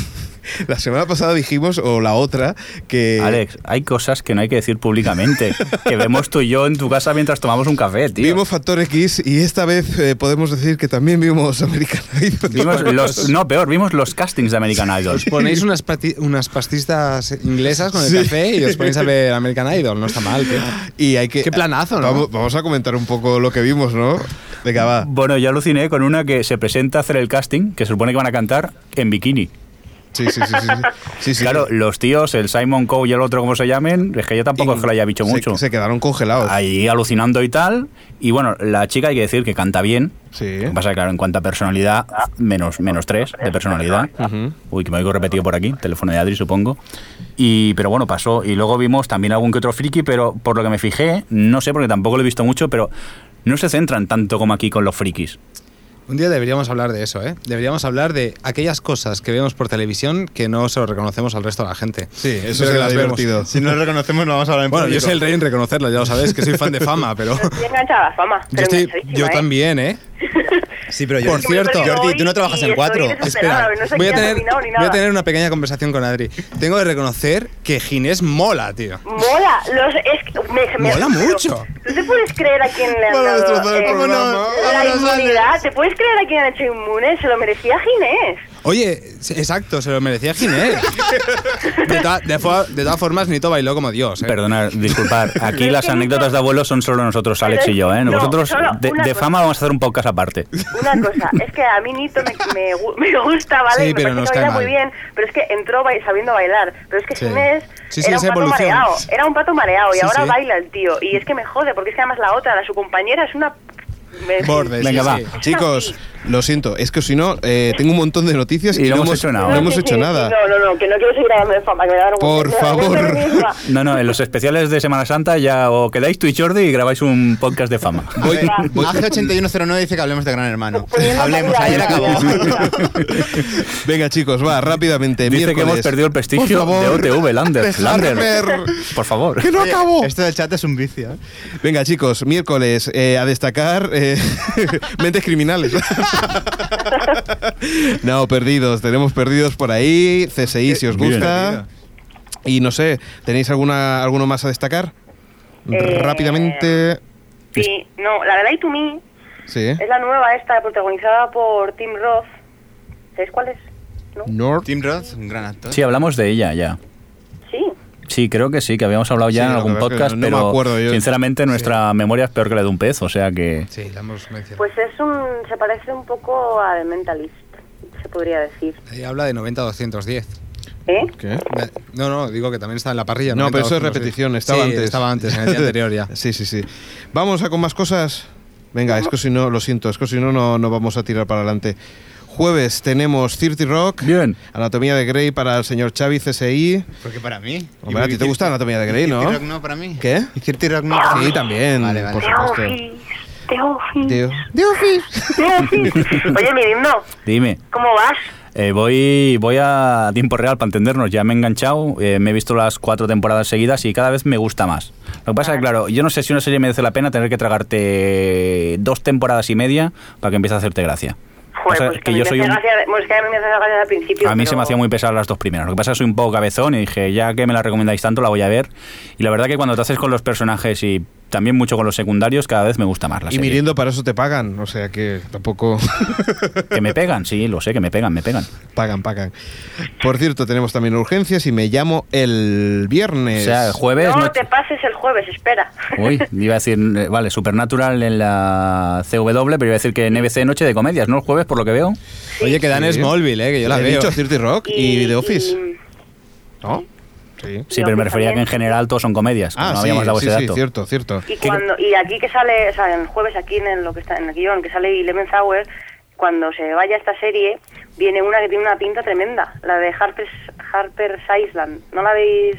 B: la semana pasada dijimos, o la otra, que.
E: Alex, hay cosas que no hay que decir públicamente. que vemos tú y yo en tu casa mientras tomamos un café, tío.
B: Vimos Factor X y esta vez eh, podemos decir que también vimos American Idol.
E: Vimos los, no, peor, vimos los castings de American Idol.
G: Os
B: pues-
G: ponéis unas, pati- unas pastistas inglesas con el
B: Sí.
G: café y os ponéis a ver American Idol. No está mal, tío.
B: Y hay que.
G: Qué planazo, ¿no?
B: Vamos, vamos a comentar un poco lo que vimos, ¿no? Venga, va.
E: Bueno, yo aluciné con una que se presenta a hacer el casting, que se supone que van a cantar en bikini.
B: Sí, sí, sí. sí, sí. Sí, sí.
E: Claro, los tíos, el Simon Coe y el otro, como se llamen, es que yo tampoco es que lo haya dicho
B: Se-
E: mucho.
B: Se, quedaron congelados.
E: Ahí alucinando y tal. Y bueno, la chica hay que decir que canta bien.
B: Sí.
E: Lo que pasa es que, claro, en cuanto a personalidad,
D: Ah.
E: menos, menos tres de personalidad. Uy, que me oigo repetido por aquí, teléfono de Adri, supongo. Y, pero bueno, pasó. Y luego vimos también algún que otro friki, pero por lo que me fijé, no sé, porque tampoco lo he visto mucho, pero no se centran tanto como aquí con los frikis.
G: Un día deberíamos hablar de eso, ¿eh? Deberíamos hablar de aquellas cosas que vemos por televisión que no se lo reconocemos al resto de la gente.
B: Sí, eso
G: Pero que
B: será
G: las vemos.
B: divertido.
F: Si no lo reconocemos, no vamos a hablar en
G: Bueno, yo
F: público.
G: soy el rey en reconocerlas, ya lo sabéis, que soy fan de fama, pero...
D: Estoy enganchada a la fama,
G: Yo,
D: pero ¿eh?
G: estoy-
D: enganchadísima,
G: yo
D: ¿eh?
G: también, ¿eh? Sí, pero
D: Por
G: Jordi,
D: cierto,
G: Jordi, tú no
D: y
G: trabajas en
D: estoy
G: cuatro.
D: desesperada, no sé
G: voy a,
D: quién ha
G: tener,
D: nominado ni
G: voy a
D: nada.
G: tener una pequeña conversación con Adri. Tengo que reconocer que Ginés mola, tío.
D: Mola, los, es que me, me-
G: Mola mucho.
D: ¿Tú te puedes creer a quién le han
G: Bueno,
D: dado
G: destrozado el
D: eh,
G: programa.
D: la
G: Vámonos,
D: inmunidad? ¿Te puedes creer a quién han hecho inmune? Se lo merecía Ginés.
G: Oye, sí, exacto, se lo merecía Ginés. De, toda- de fo- de todas formas, Nito bailó como Dios. ¿eh?
E: Perdona, disculpar. Aquí las anécdotas de abuelos son solo nosotros, Alex y yo, ¿eh?
D: No,
E: Vosotros
D: solo
E: de,
D: una
E: de
D: cosa.
E: fama vamos a hacer un podcast aparte.
D: Una cosa, es que a mí Nito me, me gu- me gusta, ¿vale?
G: Sí,
D: Y me
G: pero
D: parece
G: nos
D: que
G: cae
D: baila
G: mal.
D: muy bien, pero es que entró bai- sabiendo bailar. Pero es que
G: Sí.
D: Ginés
G: Sí, sí,
D: era un
G: esa
D: pato
G: evolución.
D: mareado, era un pato mareado y
G: Sí,
D: ahora
G: sí.
D: baila el tío. Y es que me jode, porque es que además la otra, la su compañera, es una... me-
G: Borde,
E: Venga,
G: sí,
E: va.
G: sí.
B: Chicos, lo siento, es que si no, eh, tengo un montón de noticias
E: Y
B: y,
E: no
B: no
E: hemos
B: hemos
E: hecho nada.
B: No hemos
D: sí,
B: hecho
D: sí,
B: nada.
D: No, no, no, que no quiero seguir hablando de fama, que me va a dar un-
B: Por
D: me va a dar un
B: favor.
D: permiso.
E: No, no, en los especiales de Semana Santa ya o quedáis Twitch Jordi y grabáis un podcast de fama.
B: Voy- voy-
F: AG8109 dice que hablemos de Gran Hermano.
G: Pues
D: Poniendo
F: Hablemos,
D: calidad,
F: ayer acabó.
D: calidad.
B: Venga, chicos, va, rápidamente.
E: Dice que
B: Eh, miércoles.
E: hemos perdido el prestigio
B: Por favor,
E: de OTV, Lander.
B: dejadme
E: Lander, por favor.
B: ¡Que no acabó!
F: Esto del chat es un vicio. ¿eh?
B: Venga, chicos, miércoles, eh, a destacar eh, mentes criminales. no, perdidos, tenemos perdidos por ahí, CSI si os
E: Bien.
B: gusta. Y no sé, ¿tenéis alguna alguno más a destacar?
D: Eh,
B: Rápidamente.
D: Sí, no, la de Light to Me
B: Sí. ¿eh?
D: es la nueva esta, protagonizada por Tim Roth. ¿Sabéis cuál es? ¿No?
B: North.
F: Tim Roth, un gran actor.
E: Sí, hablamos de ella ya.
D: Sí.
E: Sí, creo que sí, que habíamos hablado ya
B: Sí,
E: en
B: lo que
E: algún
B: pasa es que
E: podcast,
B: no me
E: pero
B: acuerdo yo.
E: sinceramente nuestra memoria es peor que la de un pez, o sea que...
G: Sí, la hemos mencionado.
D: Pues es un, se parece un poco a The Mentalist, se podría decir.
G: Ahí habla de 90-210.
D: ¿Eh?
B: ¿Qué?
G: La- No, no, digo que también está en la parrilla.
B: No, pero eso es
G: 90-210.
B: repetición, estaba
G: Sí,
B: antes.
G: Estaba antes, en el día anterior ya.
B: Sí, sí, sí. Vamos a con más cosas. Venga, es que si no, lo siento, es que si no, no, no vamos a tirar para adelante. Jueves tenemos 30 Rock.
E: Bien.
B: Anatomía de Grey para el señor Xavi CSI.
F: Porque para mí.
B: Hombre, a ti te gusta Anatomía de Grey,
F: Kirti
B: ¿no?
F: Rock no para mí.
B: ¿Qué?
F: Kirti Rock no para mí.
B: Sí, también,
F: Vale, vale.
B: por
D: The
B: supuesto.
D: Office, The Office,
B: Tío.
D: The Office, The Office. Oye, mi himno,
E: Dime.
D: ¿cómo vas?
E: Eh, voy, voy a tiempo real para entendernos. Ya me he enganchado, eh, me he visto las cuatro temporadas seguidas y cada vez me gusta más. Lo que pasa es que, claro, yo no sé si una serie merece la pena tener que tragarte dos temporadas y media para que empiece a hacerte gracia.
D: Joder,
E: Pasa
D: pues que, yo soy un... gracia, bueno, es que a mí me hace gracia al principio.
E: A mí se
D: pero-
E: me hacía muy pesar las dos primeras. Lo que pasa es que soy un poco cabezón y dije, ya que me la recomendáis tanto, la voy a ver. Y la verdad que cuando te haces con los personajes y también mucho con los secundarios, cada vez me gusta más la
B: Y
E: serie.
B: miriendo para eso te pagan, o sea que tampoco
E: Que me pegan, sí, lo sé, que me pegan, me pegan.
B: pagan, pagan. Por cierto, tenemos también urgencias y me llamo el
E: O
B: viernes.
E: sea, el jueves...
D: No
E: no-
D: te pases el jueves, espera.
E: Uy, iba a decir, eh, vale, Supernatural en la CW, pero iba a decir que en NBC Noche de Comedias, ¿no? El jueves, por lo que veo.
G: Oye, que dan
B: Sí.
G: Smallville, eh, que yo la
B: He
G: veo.
B: dicho 30 Rock y, The Office,
D: y-
B: ¿no? Sí.
E: Sí, pero me refería que en general todos son comedias. que
B: Ah,
E: no
B: sí,
E: habíamos dado
B: sí,
E: ese
B: sí,
E: dato.
B: cierto, cierto.
D: Y cuando y aquí que sale, o sea, el jueves aquí en el, lo que está en el guión que sale Eleven Sauer, cuando se vaya esta serie, viene una que tiene una pinta tremenda, la de Harper's Harper's Island. ¿No la habéis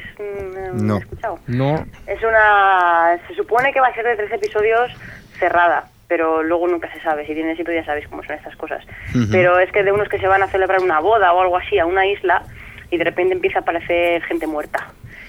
D: mm,
G: No.
D: escuchado?
B: No,
D: Es una se supone que va a ser de tres episodios cerrada. Pero luego nunca se sabe, si tienes siempre ya sabéis cómo son estas cosas. Pero es que de unos que se van a celebrar una boda o algo así a una isla y de repente empieza a aparecer gente muerta.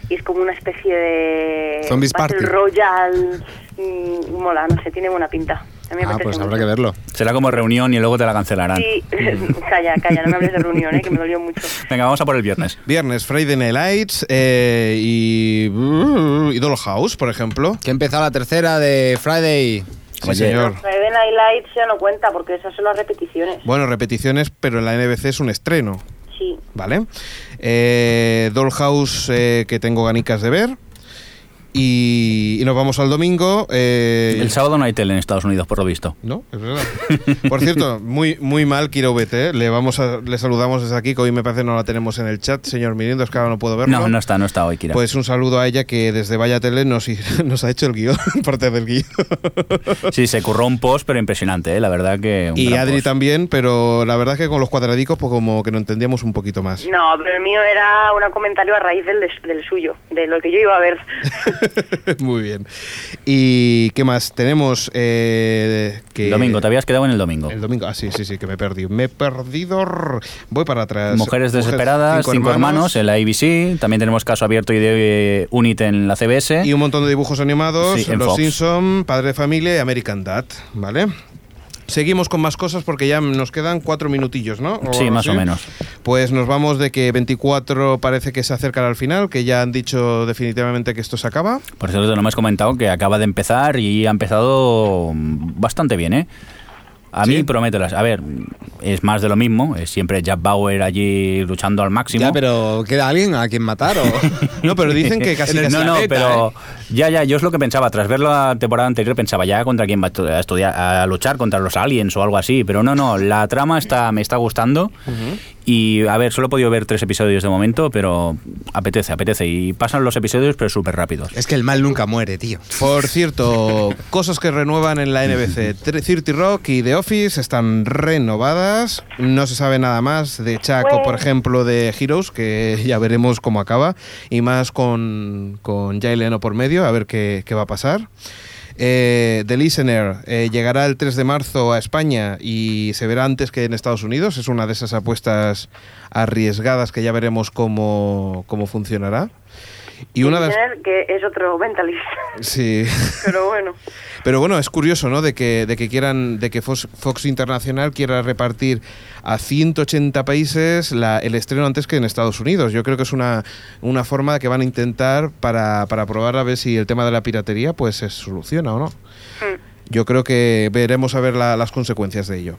D: Y es como una especie de...
G: Zombies
D: Battle
G: Party.
D: Royal. mm, mola, no sé, tiene buena pinta. A mí me
G: Ah,
D: apetece
G: pues habrá
D: mucho.
G: que verlo.
E: Será como reunión y luego te la cancelarán.
D: Sí, calla, calla, no me hables de reunión, eh, que me dolió mucho.
E: Venga, vamos a por el viernes.
B: Viernes, Friday Night Lights eh, y, y Dollhouse, por ejemplo.
G: Que ha empezado la tercera de Friday.
B: Sí,
E: Oye.
B: señor.
D: Friday Night Lights ya no cuenta porque esas son las repeticiones.
B: Bueno, repeticiones, pero en la NBC es un estreno,
D: Sí.
B: ¿vale? Eh, Dollhouse, eh, que tengo ganicas de ver. Y, y nos vamos al domingo. eh,
E: El sábado no hay tele en Estados Unidos, por lo visto.
B: No, es verdad. Por cierto, muy, muy mal Kiro VT. ¿eh? Le, vamos a, le saludamos desde aquí, que hoy me parece no la tenemos en el chat, señor Mirindo, es que ahora no puedo verlo.
E: No, no está, no está hoy, Kira.
B: Pues un saludo a ella que desde Vaya Tele nos, nos ha hecho el guión, parte del guión.
E: Sí, se curró un post, pero impresionante, ¿eh? la verdad que... un
B: Y
E: gran
B: Adri
E: post.
B: también, pero la verdad es que con los cuadradicos pues como que no entendíamos un poquito más.
D: No, pero el mío era un comentario a raíz del, des- del suyo, de lo que yo iba a ver.
B: Muy bien. ¿Y qué más? Tenemos eh, que...
E: Domingo, te habías quedado en el domingo.
B: El domingo, ah, sí, sí, sí, que me perdí. Me he perdido. rrr. Voy para atrás.
E: Mujeres Desesperadas, Cinco, hermanos. en la ABC, también tenemos Caso Abierto y de eh, Unit en la CBS.
B: Y un montón de dibujos animados,
E: Sí, en
B: Los
E: Fox.
B: Simpson, Padre de Familia y American Dad, ¿vale? Seguimos con más cosas porque ya nos quedan cuatro minutillos, ¿no?
E: Sí,
B: algo
E: más o menos.
B: Pues nos vamos de que 24 parece que se acerca al final, que ya han dicho definitivamente que esto se acaba.
E: Por cierto, no me has comentado que acaba de empezar y ha empezado bastante bien, ¿eh? A mí,
B: Sí.
E: promételas. A ver, es más de lo mismo. Es siempre Jack Bauer allí luchando al máximo.
G: Ya, pero ¿queda alguien a quien matar o...?
B: No, pero dicen que ¿eh? casi...
G: En el
B: casi-
E: no, no,
G: planeta,
E: pero ya, ya, yo es lo que pensaba. Tras ver la temporada anterior pensaba ya contra quién va a estu- a estudiar, a luchar contra los aliens o algo así. Pero no, no, la trama está, me está gustando. Y a ver, solo he podido ver tres episodios de momento, pero apetece, apetece. Y pasan los episodios, pero súper rápidos.
G: Es que el mal nunca muere, tío.
B: Por cierto, cosas que renuevan en la NBC. Tre- 30 Rock y The Office están renovadas. No se sabe nada más de Chaco, por ejemplo, de Heroes, que ya veremos cómo acaba. Y más con, con Jay Leno por medio, a ver qué, qué va a pasar. Eh, The Listener eh, llegará el 3 de marzo a España y se verá antes que en Estados Unidos. Es una de esas apuestas arriesgadas que ya veremos cómo, cómo funcionará. Y una de las-
D: Que es otro mentalista.
B: Sí.
D: Pero bueno.
B: Pero bueno, es curioso, ¿no? De que, de que quieran, de que Fox, Fox Internacional quiera repartir a 180 países la- el estreno antes que en Estados Unidos. Yo creo que es una, una forma que van a intentar para, para probar a ver si el tema de la piratería pues se soluciona o no.
D: Mm.
B: Yo creo que veremos a ver la- las consecuencias de ello.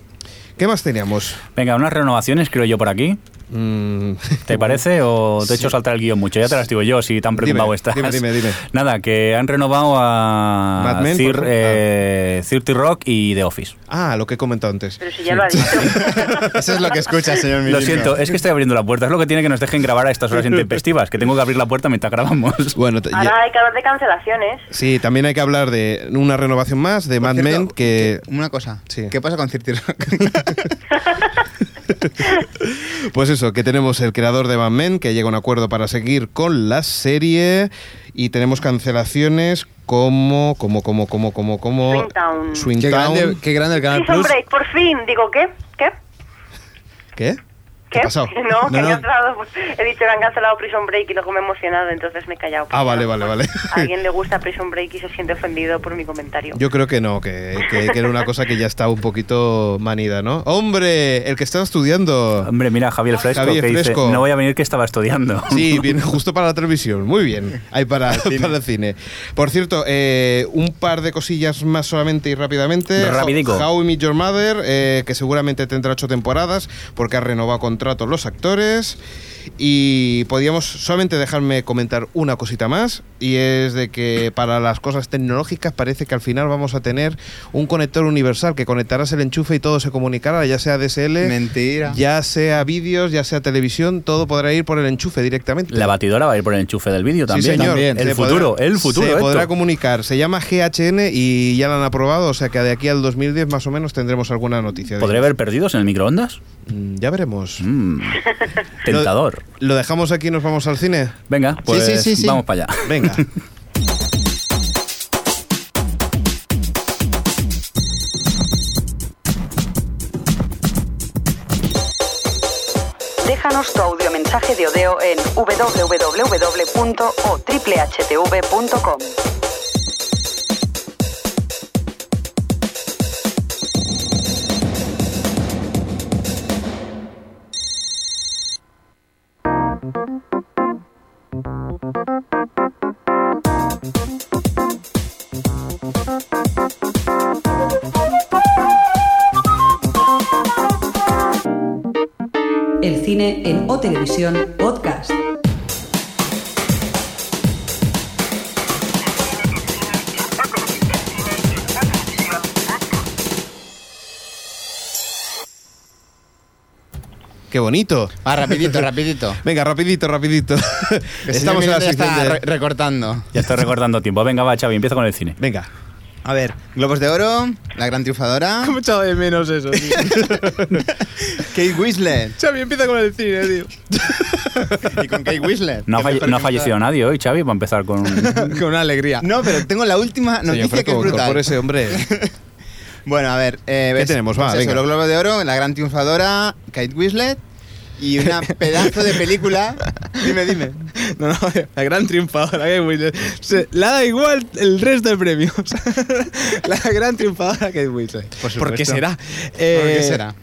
B: ¿Qué más teníamos?
E: Venga, unas renovaciones creo yo por aquí.
B: Mm,
E: ¿Te parece o te he hecho saltar el guión mucho? Ya te las digo yo, si tan preocupado
B: Dime,
E: estás.
B: dime, dime, dime.
E: Nada, que han renovado
B: Mad
E: a
B: Men,
E: Cir-
B: por ejemplo.
E: eh, 30 Rock y The Office.
B: ah, lo que he comentado antes.
D: Pero si ya lo ha dicho.
F: Eso es lo que escuchas, señor
E: Lo
F: Milinko.
E: siento, es que estoy abriendo la puerta. Es lo que tiene que nos dejen grabar a estas horas intempestivas, que tengo que abrir la puerta mientras grabamos.
B: Bueno, te-
D: Ahora
B: ya-
D: hay que hablar de cancelaciones.
B: sí, también hay que hablar de una renovación más de
F: Por
B: Mad
F: cierto,
B: Men que...
F: Una cosa.
B: Sí.
F: ¿Qué pasa con Cirti Rock?
B: Pues eso, que tenemos el creador de Van Men, que llega a un acuerdo para seguir con la serie y tenemos cancelaciones como, como, como, como, como, como...
D: Swingtown.
G: Qué
B: Swingtown.
G: grande, qué grande el Canal
D: Prison
G: Plus.
D: Break, por fin. Digo, ¿qué? ¿Qué?
B: ¿Qué?
D: ¿Qué?
B: ha pasado?
D: No, que
G: No, no.
D: han cancelado. He dicho que han cancelado Prison Break y luego me he emocionado, entonces me he callado.
B: Ah, vale, vale, vale.
D: A alguien le gusta Prison Break y se siente ofendido por mi comentario.
B: Yo creo que no, que, que- que era una cosa que ya está un poquito manida, ¿no? ¡Hombre! El que está estudiando.
E: Hombre, mira, Javier Fresco,
B: Javier
E: que
B: Fresco.
E: dice, no voy a venir que estaba estudiando.
B: Sí, viene justo para la televisión. Muy bien. Ahí para, para el cine. Por cierto, eh, un par de cosillas más solamente y rápidamente.
E: Rapidico.
B: How, How I Met Your Mother, eh, que seguramente tendrá ocho temporadas porque ha renovado contratos los actores. Y podíamos solamente dejarme comentar una cosita más, y es de que para las cosas tecnológicas parece que al final vamos a tener un conector universal que conectarás el enchufe y todo se comunicará, ya sea DSL,
F: Mentira.
B: ya sea vídeos, ya sea televisión, todo podrá ir por el enchufe directamente.
E: La batidora va a ir por el enchufe del vídeo
B: Sí,
E: también.
B: señor.
E: También.
B: Se
E: El futuro,
B: podrá-
E: el futuro.
B: Se
E: esto.
B: podrá comunicar. Se llama GHN y ya la han aprobado, o sea que de aquí al 2010 más o menos tendremos alguna noticia. de
E: ¿Podré
B: ello.
E: ver perdidos en el microondas?
B: Mm, Ya veremos.
E: Mm, Tentador.
B: ¿Lo dejamos aquí y nos vamos al cine?
E: Venga, pues
F: sí, sí, sí.
E: vamos para allá.
B: Venga.
A: Déjanos tu audiomensaje de Odeo en www.otriplehtv.com. El cine en O Televisión Podcast.
B: Qué bonito.
G: Ah,
F: Va, rapidito, rapidito.
B: Venga, rapidito, rapidito.
F: Que el señor
B: Estamos en la
F: Milinko ya
B: sección
F: está
B: de-
F: re- recortando.
E: Ya estoy recordando tiempo. Venga, va, Xavi, empieza con el cine.
B: Venga.
F: A ver, Globos de Oro, La Gran Triunfadora,
G: ¿Cómo echaba de menos eso, tío?
F: Kate Winslet.
G: Xavi, empieza con el cine, tío.
F: Y con Kate Winslet.
E: No ha,
F: que me
E: falle- no ha
F: parece
E: fallecido nadie hoy, Xavi, para empezar con...
G: Con una alegría.
F: brutal. Ah. No, pero tengo la última
B: Señor
F: noticia que es
B: Franco,
F: brutal.
B: por ese hombre.
F: Bueno, a ver. Eh,
B: ¿Qué tenemos? Va,
F: pues eso,
B: venga.
F: Los Globos de Oro, La Gran Triunfadora, Kate Winslet y una pedazo de película. Dime, dime.
G: No, no, la gran triunfadora Kate Winslet. Se- la da igual el resto de premios. la gran triunfadora Kate Winslet.
F: Por supuesto.
G: ¿Por qué será?
F: ¿Por
G: Eh,
F: qué será?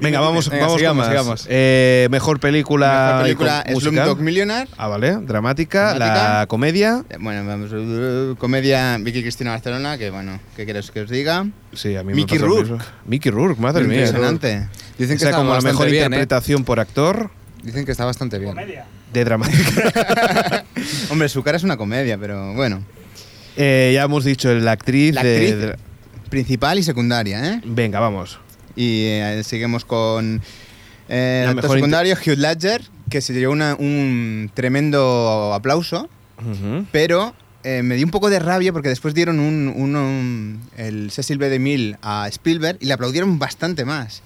B: Venga, vamos,
G: Venga,
B: vamos
G: sigamos,
B: con más.
G: sigamos.
B: Eh, mejor película,
F: Mejor película
B: y con-
F: Slumdog
B: musical.
F: Millionaire.
B: Ah, vale. Dramática, la
F: Dramática.
B: comedia.
F: Eh, Bueno, vamos, eh, comedia Vicky Cristina Barcelona, que bueno, ¿qué queréis que os diga?
B: Sí, a mí
F: Mickey
B: me pasa lo
F: Rourke.
B: mismo. Mickey Rourke, madre mía.
F: Impresionante.
G: Dicen
B: Esa como la
G: bastante
B: mejor
G: bien, ¿eh?
B: interpretación por actor
G: Dicen que está bastante bien.
B: de dramática.
F: Hombre, su cara es una comedia, pero bueno.
B: Eh, ya hemos dicho la actriz,
F: La
B: de-
F: actriz
B: de-
F: principal y secundaria, ¿eh?
B: Venga, vamos.
F: Y eh, seguimos con eh,
B: La
F: actor
B: mejor
F: secundario Hugh Ledger, que se llevó una- un tremendo aplauso,
B: Ujú.
F: pero eh, me dio un poco de rabia porque después dieron un, un- un- el Cecil B. DeMille a Spielberg y le aplaudieron bastante más.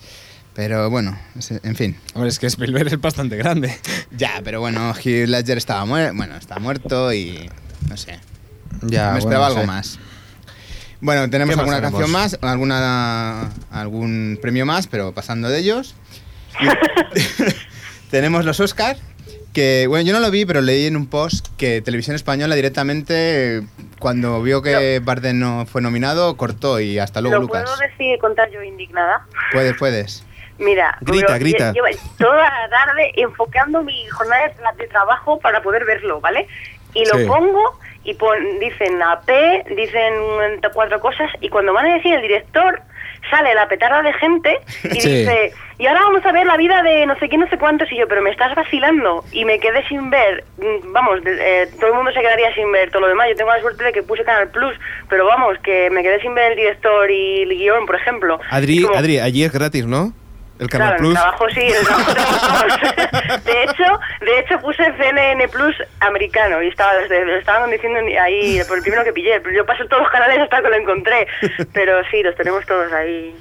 F: Pero bueno, se- en fin.
G: Hombre, es que Spielberg es bastante grande.
F: Ya, pero bueno, Hugh Ledger estaba, muer- bueno, está muerto y no sé.
G: Ya,
F: me
G: bueno,
F: esperaba
G: no
F: algo
G: sé.
F: más. Bueno, tenemos
B: ¿Qué más
F: alguna
B: tenemos?
F: canción más, alguna algún premio más, pero pasando de ellos. tenemos los Oscar, que bueno, yo no lo vi, pero leí en un post que Televisión Española directamente eh, cuando vio que Barden no fue nominado, cortó y hasta luego,
D: ¿Lo
F: Lucas.
D: puedo decir, contar yo indignada?
F: Puedes, puedes.
D: Mira,
B: Grita,
D: pero
B: grita.
D: lle- llevo toda la tarde enfocando mi jornada de tra- de trabajo para poder verlo, ¿vale? Y lo
G: Sí.
D: pongo y pon- dicen AP, dicen cuatro cosas y cuando van a decir el director sale la petarda de gente y
G: Sí.
D: dice y ahora vamos a ver la vida de no sé quién no sé cuántos y yo pero me estás vacilando y me quedé sin ver mm, vamos de- eh, todo el mundo se quedaría sin ver todo lo demás yo tengo la suerte de que puse Canal Plus pero vamos que me quedé sin ver el director y el guión por ejemplo Y
B: Adri,
D: como-
B: Adri, allí es gratis, ¿no? El Canal
D: claro,
B: Plus.
D: el trabajo sí, el trabajo tenemos. De hecho, de hecho puse CNN Plus americano y estaba desde- lo estaban diciendo ahí por el primero que pillé. Yo pasé todos los canales hasta que lo encontré, pero sí, los tenemos todos ahí.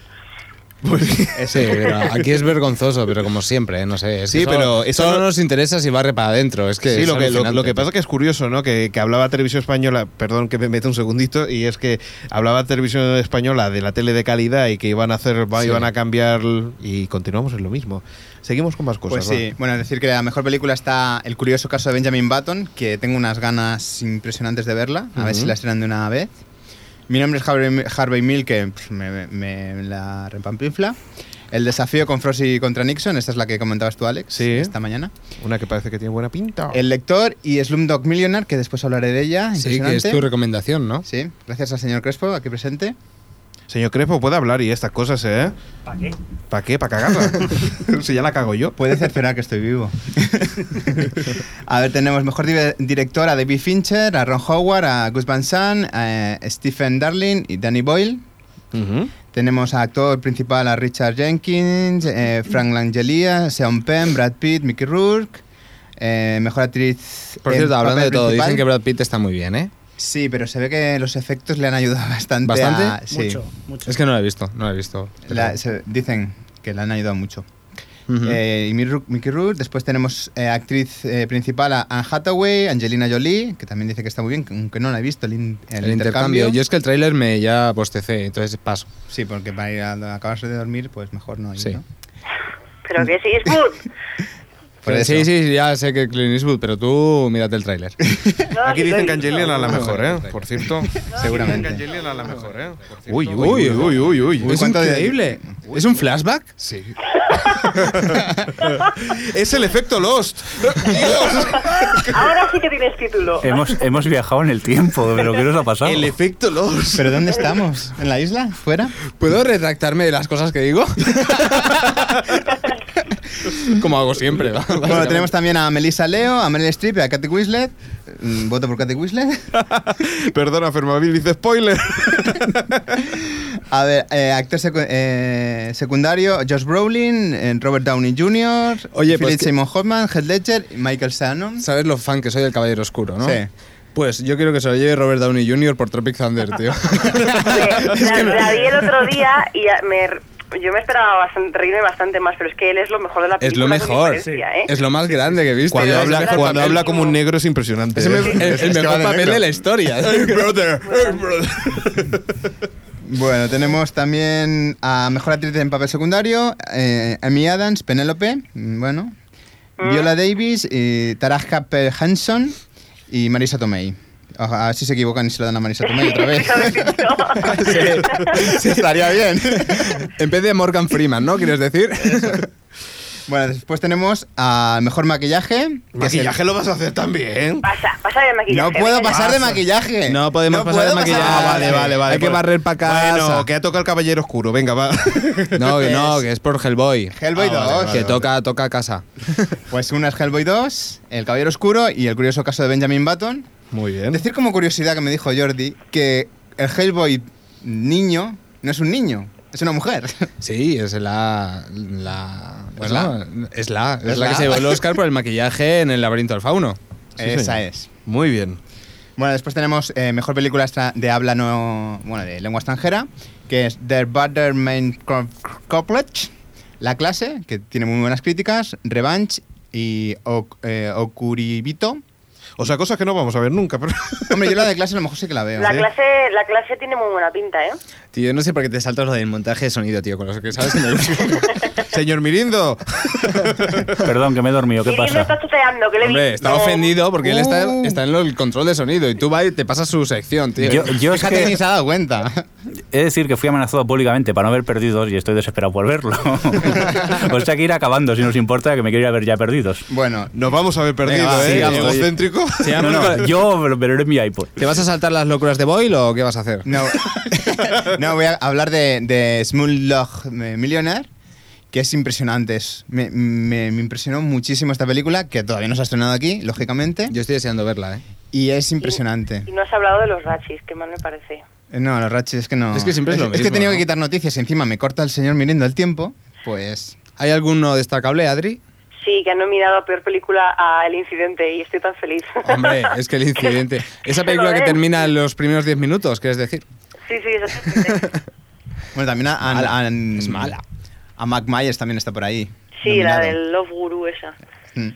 G: Sí, pero aquí es vergonzoso, pero como siempre, ¿eh? no sé. es que
B: Sí,
G: eso-
B: pero eso-
G: solo nos interesa si barre para adentro. Es que
B: sí,
G: es
B: lo que, lo- lo,
G: alucinante.
B: que pasa es que es curioso, ¿no? Que, que hablaba Televisión Española, perdón que me meta un segundito, y es que hablaba Televisión Española de la tele de calidad y que iban a hacer, va-
G: Sí.
B: iban a cambiar y continuamos en lo mismo. Seguimos con más cosas.
F: Pues sí,
B: va.
F: bueno, decir que la mejor película está El curioso caso de Benjamin Button, que tengo unas ganas impresionantes de verla, a ver
B: Ujú.
F: si la estrenan de una vez. Mi nombre es Harvey, Harvey Mill, que pf, me, me la repampinfla. El desafío con Frosty contra Nixon, esta es la que comentabas tú, Alex,
B: Sí.
F: esta mañana.
B: Una que parece que tiene buena pinta.
F: El lector y Slumdog Millionaire, que después hablaré de ella.
G: Sí, que es
F: impresionante.
G: tu recomendación, ¿no?
F: Sí, gracias al señor Crespo, aquí presente.
B: Señor Crespo puede hablar y estas cosas, ¿eh? ¿Para qué? ¿Para qué? ¿Para cagarla? si ya la cago yo. pues.
F: Puede cerciorar que estoy vivo. a ver, tenemos mejor di- director a David Fincher, a Ron Howard, a Gus Van Sant, a Stephen Darling y Danny Boyle.
B: Ujú.
F: Tenemos a actor principal a Richard Jenkins, eh, Frank Langelia, Sean Penn, Brad Pitt, Mickey Rourke. eh, mejor actriz.
G: Por
F: en
G: cierto, hablando
F: papel
G: de todo,
F: principal.
G: dicen que Brad Pitt está muy bien, ¿eh?
F: Sí, pero se ve que los efectos le han ayudado bastante.
G: ¿Bastante?
F: a- sí.
H: Mucho, mucho.
G: Es que no la he visto, no la he visto.
F: La- se- dicen que le han ayudado mucho.
G: Ujú.
F: Eh, y Mir- Mickey Rourke. Después tenemos eh, actriz eh, principal a Anne Hathaway, Angelina Jolie, que también dice que está muy bien, aunque no la he visto el, in- el
G: el, intercambio. Yo es que el tráiler me ya postecé, entonces paso.
F: Sí, porque para ir a, a acabarse de dormir, pues mejor no ir,
G: Sí.
F: ¿no?
D: Pero que sí, es good.
F: Por
G: Pero
F: eso.
G: eh, sí, sí, ya sé que Clint Eastwood, pero tú mírate el tráiler.
D: No,
B: Aquí
D: sí,
B: dicen que
D: sí,
B: Angelina la
D: no.
B: mejor, ¿eh? Por cierto.
F: Seguramente.
B: Angelina la mejor, ¿eh? Uy, uy, uy, uy, uy, uy.
F: Uy,
G: es
F: cuánto de-
G: increíble. ¿Es un flashback?
B: Sí. es el efecto Lost.
D: Ahora sí que tienes título.
E: Hemos, hemos viajado en el tiempo, pero ¿qué nos ha pasado?
B: El efecto Lost.
F: ¿Pero dónde estamos? ¿En la isla? ¿Fuera?
G: ¿Puedo retractarme de las cosas que digo? Como hago siempre. ¿no?
F: Bueno, tenemos también a Melissa Leo, a Meryl Streep y a Katy Winslet. Mm, Voto por Katy Winslet.
B: Perdona, Fermabil dice spoiler.
F: A ver, eh, actor secu- eh, secundario, Josh Brolin, eh, Robert Downey Jr.,
G: Oye, pues
F: Philip
G: que-
F: Simon Hoffman, Heath Ledger y Michael Shannon.
G: Sabes lo fan que soy del Caballero Oscuro, ¿no?
F: Sí.
G: Pues yo quiero que se lo lleve Robert Downey Jr. por Tropic Thunder, tío.
D: Hombre, la, la vi el otro día y ya me, yo me esperaba bastante, reírme bastante más, pero es que él es lo mejor de la
G: es
D: película.
G: lo
D: con
G: mejor.
D: diferencia, ¿eh?
G: Es lo más grande que he visto.
B: Cuando
D: es
B: habla,
D: mejor
B: cuando
D: papel.
B: habla como un negro es impresionante. ¿eh?
G: Es el, el- el
F: que va
G: mejor
F: de
G: papel
F: negro.
G: de la historia.
F: Bueno, tenemos también a mejor actriz en papel secundario, eh, Amy Adams, Penélope, mm, bueno. Viola Davis, eh, Taraj Kappel Hanson y Marisa Tomei. A ver si se equivocan y se lo dan a Marisa Tomei otra vez. Ah, Sí, estaría bien.
G: En vez de Morgan Freeman, ¿no? ¿Quieres decir?
F: Bueno, después tenemos al mejor maquillaje. que es el-
B: Maquillaje lo vas a hacer también.
D: Pasa, pasa de maquillaje.
F: No puedo
D: venga ya.
F: pasar de maquillaje.
G: Eh, No podemos pasar de
F: puedo
G: maquillaje.
B: Ah, vale, vale, vale.
G: Hay que
B: Pues-
G: barrer pa' casa.
B: Bueno, que ha tocado el caballero oscuro. Venga, va.
G: No, que no, que es por Hellboy.
F: Hellboy
B: Ah, vale,
F: 2.
B: vale,
G: que
B: vale.
G: toca, toca casa.
F: Pues una es Hellboy 2, El Caballero Oscuro y El Curioso Caso de Benjamin Button.
B: Muy bien.
F: Decir como curiosidad que me dijo Jordi que el Hellboy niño no es un niño, es una mujer.
G: Sí, es la. la
F: ¿Es
G: bueno, es la. Es,
F: ¿Es
G: la que
F: la?
G: se llevó el Oscar por el maquillaje en el laberinto del fauno.
F: Esa
B: señor.
F: es.
B: Muy bien.
F: Bueno, después tenemos eh, mejor película extra- de habla no. Bueno, de lengua extranjera, que es The Butterman Co- Couplet, La Clase, que tiene muy buenas críticas, Revenge y O- eh, Okuribito.
B: O sea, cosas que no vamos a ver nunca, pero.
F: Hombre, yo la de clase a lo mejor sí que la veo.
G: ¿Ah,
D: La
F: ¿eh?
D: clase, la clase tiene muy buena pinta, ¿eh?
G: Tío, yo no sé por qué te saltas lo del montaje de sonido, tío, con los que sabes que me
B: Señor Mirindo.
E: Perdón, que me he dormido. ¿Qué
D: Y me está
E: pasa?
D: tuteando, que le he
G: Hombre,
D: dicho.
G: está ofendido porque él está, está en lo- el control de sonido y tú vas y te pasas su sección, tío.
E: Yo, yo es
F: Fíjate que
E: que
F: ni se ha dado cuenta.
E: he de decir que fui amenazado públicamente para no ver perdidos y estoy desesperado por verlo. o sea que ir acabando, si nos importa, que me quiero ir a ver ya perdidos.
F: Bueno,
B: Nos vamos a ver perdido,
G: Venga, va,
B: ¿eh?
G: sigamos.
B: Egocéntrico.
E: No, no, yo lo veré en mi iPod.
G: ¿Te vas a saltar las locuras de Boyle o qué vas a hacer?
F: no, no voy a hablar de, de Smooth Millionaire, que es impresionante. es- me, me- me impresionó muchísimo esta película, que todavía no se ha estrenado aquí, lógicamente,
G: Yo estoy deseando verla, ¿eh?
F: y es
D: Y
F: impresionante.
D: no has hablado de los rachis, que mal me parece.
F: Eh, No, los Ratchet es que no.
G: Es que siempre es lo
F: que he
G: mismo,
F: tenido
G: ¿no?
F: que quitar noticias y encima me corta el señor mirando el tiempo, pues.
G: ¿Hay alguno destacable, Adri?
D: Sí, que han nominado a peor película a El Incidente y estoy tan feliz.
G: Hombre, es que el incidente. Esa
D: que
G: película
D: lo
G: que
D: den.
G: termina en los primeros 10 minutos, ¿quieres decir?
D: Sí, sí, eso
F: Bueno, también a. a-
G: Mala.
F: a-
G: Es mala.
F: A Mac Myers también está por ahí.
D: Sí, la
F: nominado.
D: del Love Guru esa.
F: Mm,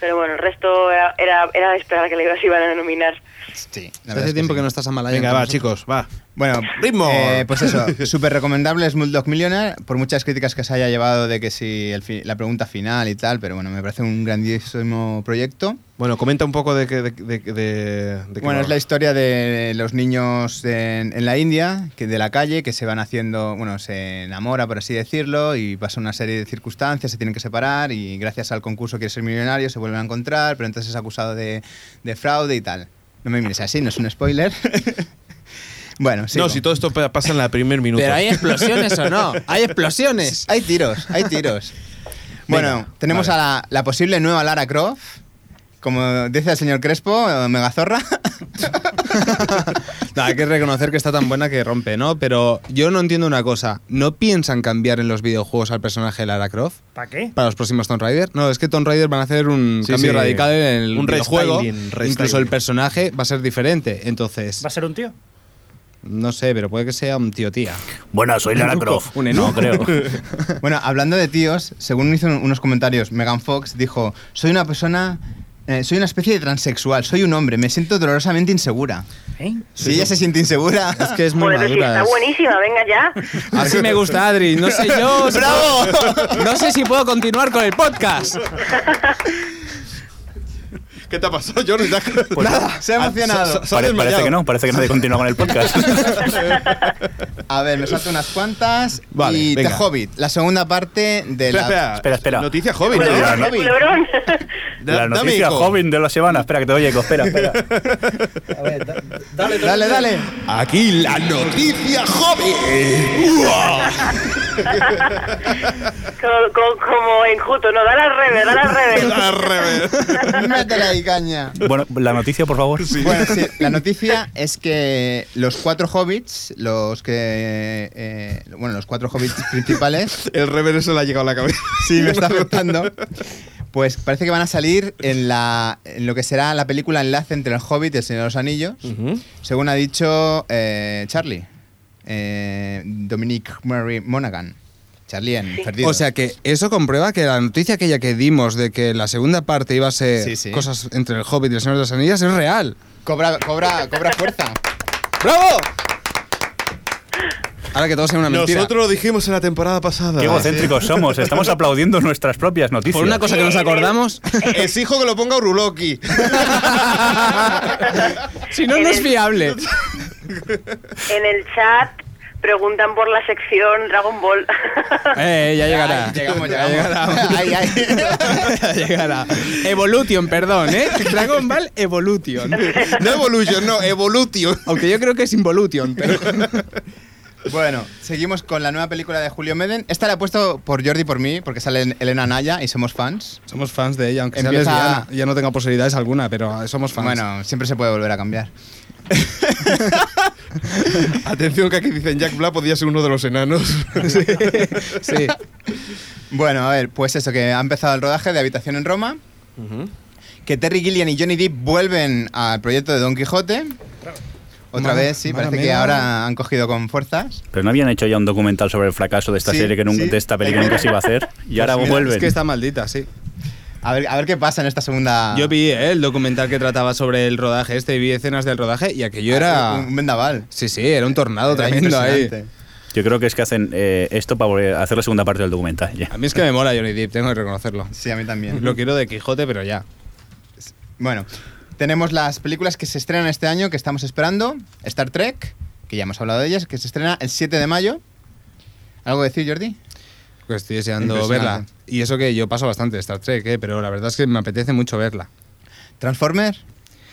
D: Pero bueno, el resto era, era, era de esperar que le iban a nominar.
F: Sí, la verdad es
G: Hace tiempo
F: sí.
G: que no estás a Malaya.
B: Venga,
G: con
B: va,
G: nosotros.
B: chicos, va.
F: Bueno,
B: Ritmo.
F: eh, pues eso, súper recomendable es Mulldog Millionaire, por muchas críticas que se haya llevado de que si el fi- la pregunta final y tal, pero bueno, me parece un grandísimo proyecto.
B: Bueno, comenta un poco de qué. De, de- de- de qué
F: Bueno,
B: va.
F: es la historia de los niños en, en la India, que de la calle, que se van haciendo, bueno, se enamora, por así decirlo, y pasa una serie de circunstancias, se tienen que separar, y gracias al concurso quiere ser millonario, se vuelven a encontrar, pero entonces es acusado de, de fraude y tal. No me mires así, no es un spoiler. bueno, sí.
B: no, si todo esto pa- pasa en la primer minuto.
G: ¿Pero hay explosiones o no? ¿Hay explosiones?
F: Hay tiros, hay tiros. bueno,
B: Venga,
F: tenemos
B: vale.
F: a la, la posible nueva Lara Croft. Como dice el señor Crespo, eh, megazorra.
G: No, hay que reconocer que está tan buena que rompe, ¿no? Pero yo no entiendo una cosa. ¿No piensan cambiar en los videojuegos al personaje de Lara Croft?
H: ¿Para qué?
G: Para los próximos Tomb Raider. No, es que Tomb Raider van a hacer un
B: Sí,
G: cambio
B: sí.
G: radical en el
B: Un
G: videojuego.
B: restyling, restyling.
G: Incluso el personaje va a ser diferente. Entonces,
H: ¿Va a ser un tío?
G: no sé, pero puede que sea un tío tía.
E: Bueno, soy Lara Croft.
G: un
E: no,
G: enuco.
E: creo.
F: bueno, hablando de tíos, según hizo unos comentarios, Megan Fox dijo: Soy una persona. eh, soy una especie de transexual, soy un hombre, me siento dolorosamente insegura.
H: ¿Eh?
F: si ella se siente insegura.
G: Es que es muy
D: bueno, sí,
G: madura.
D: está
G: es-
D: buenísima, venga ya.
G: Así me gusta Adri. No sé yo. si puedo- No sé si puedo continuar con el podcast.
B: ¿Qué te ha pasado, Jordi? ¿Te has-
F: Nada, se ha emocionado.
B: Ah, se- se-
E: Pare-
B: se ha
E: Pues parece
B: desmayado.
E: que no, parece que nadie continúa con el podcast.
F: A ver, me salto unas cuantas.
B: Vale,
F: y The
B: venga.
F: Hobbit, la segunda parte de
B: Espera,
F: la.
B: espera.
E: Espera, espera.
B: Noticia joven,
D: Bueno,
B: ¿no?
D: ya,
E: Culebrón, no.
D: culebrón.
E: La
B: Da-
E: noticia
B: dame eco.
E: joven de la semana. Espera, que te doy eco. Espera, espera.
H: Dale,
F: Dale, dale.
B: Aquí la noticia joven.
D: como, como- como enjuto, no, dale al revés, dale al revés.
B: Al revés.
F: Métela ahí, caña.
E: Bueno, la noticia, por favor.
F: Bueno, sí, la noticia es que los cuatro hobbits, los que. eh, bueno, los cuatro hobbits principales.
B: El reverso le ha llegado a la cabeza.
F: Sí, me está afectando. Pues parece que van a salir en, la, en lo que será la película Enlace entre el Hobbit y el Señor de los Anillos, según ha dicho eh, Charlie, eh, Dominique Murray Monaghan. Charlie en Perdidos.
G: O sea que eso comprueba que la noticia aquella que dimos de que la segunda parte iba a ser
F: Sí, sí.
G: cosas entre el Hobbit y el Señor de las Anillas es real.
F: cobra, cobra, cobra fuerza.
G: ¡Bravo! Ahora que todo sea una mentira.
B: Nosotros lo dijimos en la temporada pasada. Eh,
E: Qué egocéntricos somos, estamos aplaudiendo nuestras propias noticias.
G: Por una cosa que nos acordamos,
B: Exijo eh, que lo ponga Uruloki.
G: si no, no es fiable.
D: En el chat preguntan por la sección Dragon Ball.
G: Eh, ya llegará.
F: Ay, llegamos,
G: Ya
F: llegamos. Ay, ay.
G: Ya llegará. Evolution, perdón, ¿eh? Dragon Ball Evolution.
B: No Evolution, no, Evolution.
G: Aunque yo creo que es Involution, pero.
F: Bueno, seguimos con la nueva película de Julio Meden. Esta la he puesto por Jordi y por mí, porque sale Elena Naya y somos fans.
G: Somos fans de ella, aunque sea
F: Empieza-
G: lesbiana. Ya no tenga posibilidades alguna, pero somos fans.
F: Bueno, siempre se puede volver a cambiar.
B: Atención que aquí dicen Jack Black podía ser uno de los enanos.
G: sí.
F: Bueno, a ver, pues eso, que ha empezado el rodaje de Habitación en Roma. Que Terry Gillian y Johnny Depp vuelven al proyecto de Don Quijote. Otra
G: Mala-
F: vez, sí,
G: mala
F: parece que
G: mera.
F: ahora han cogido con fuerzas.
E: Pero no habían hecho ya un documental sobre el fracaso de esta
F: Sí,
E: serie que nunca,
F: sí.
E: de esta película nunca se iba a hacer y ahora
G: Pues Mira,
E: vuelven.
G: Es que está maldita, sí.
F: A ver, a ver qué pasa en esta segunda.
G: Yo vi eh, el documental que trataba sobre el rodaje este y vi escenas del rodaje y aquello era.
F: Ah, Un vendaval.
G: Sí, sí, era un tornado
F: Era
G: tremendo ahí.
F: impresionante.
E: Yo creo que es que hacen eh, esto para volver a hacer la segunda parte del documental. ya.
G: A mí es que me mola Johnny Depp, tengo que reconocerlo.
F: Sí, a mí también.
G: Lo quiero de Quijote, pero ya.
F: Bueno, tenemos las películas que se estrenan este año que estamos esperando. Star Trek, que ya hemos hablado de ellas, que se estrena el 7 de mayo. ¿Algo que decir, Jordi?
G: Que estoy deseando
F: Impresionante.
G: verla. Y eso que yo paso bastante de Star Trek, eh, pero la verdad es que me apetece mucho verla.
F: Transformer,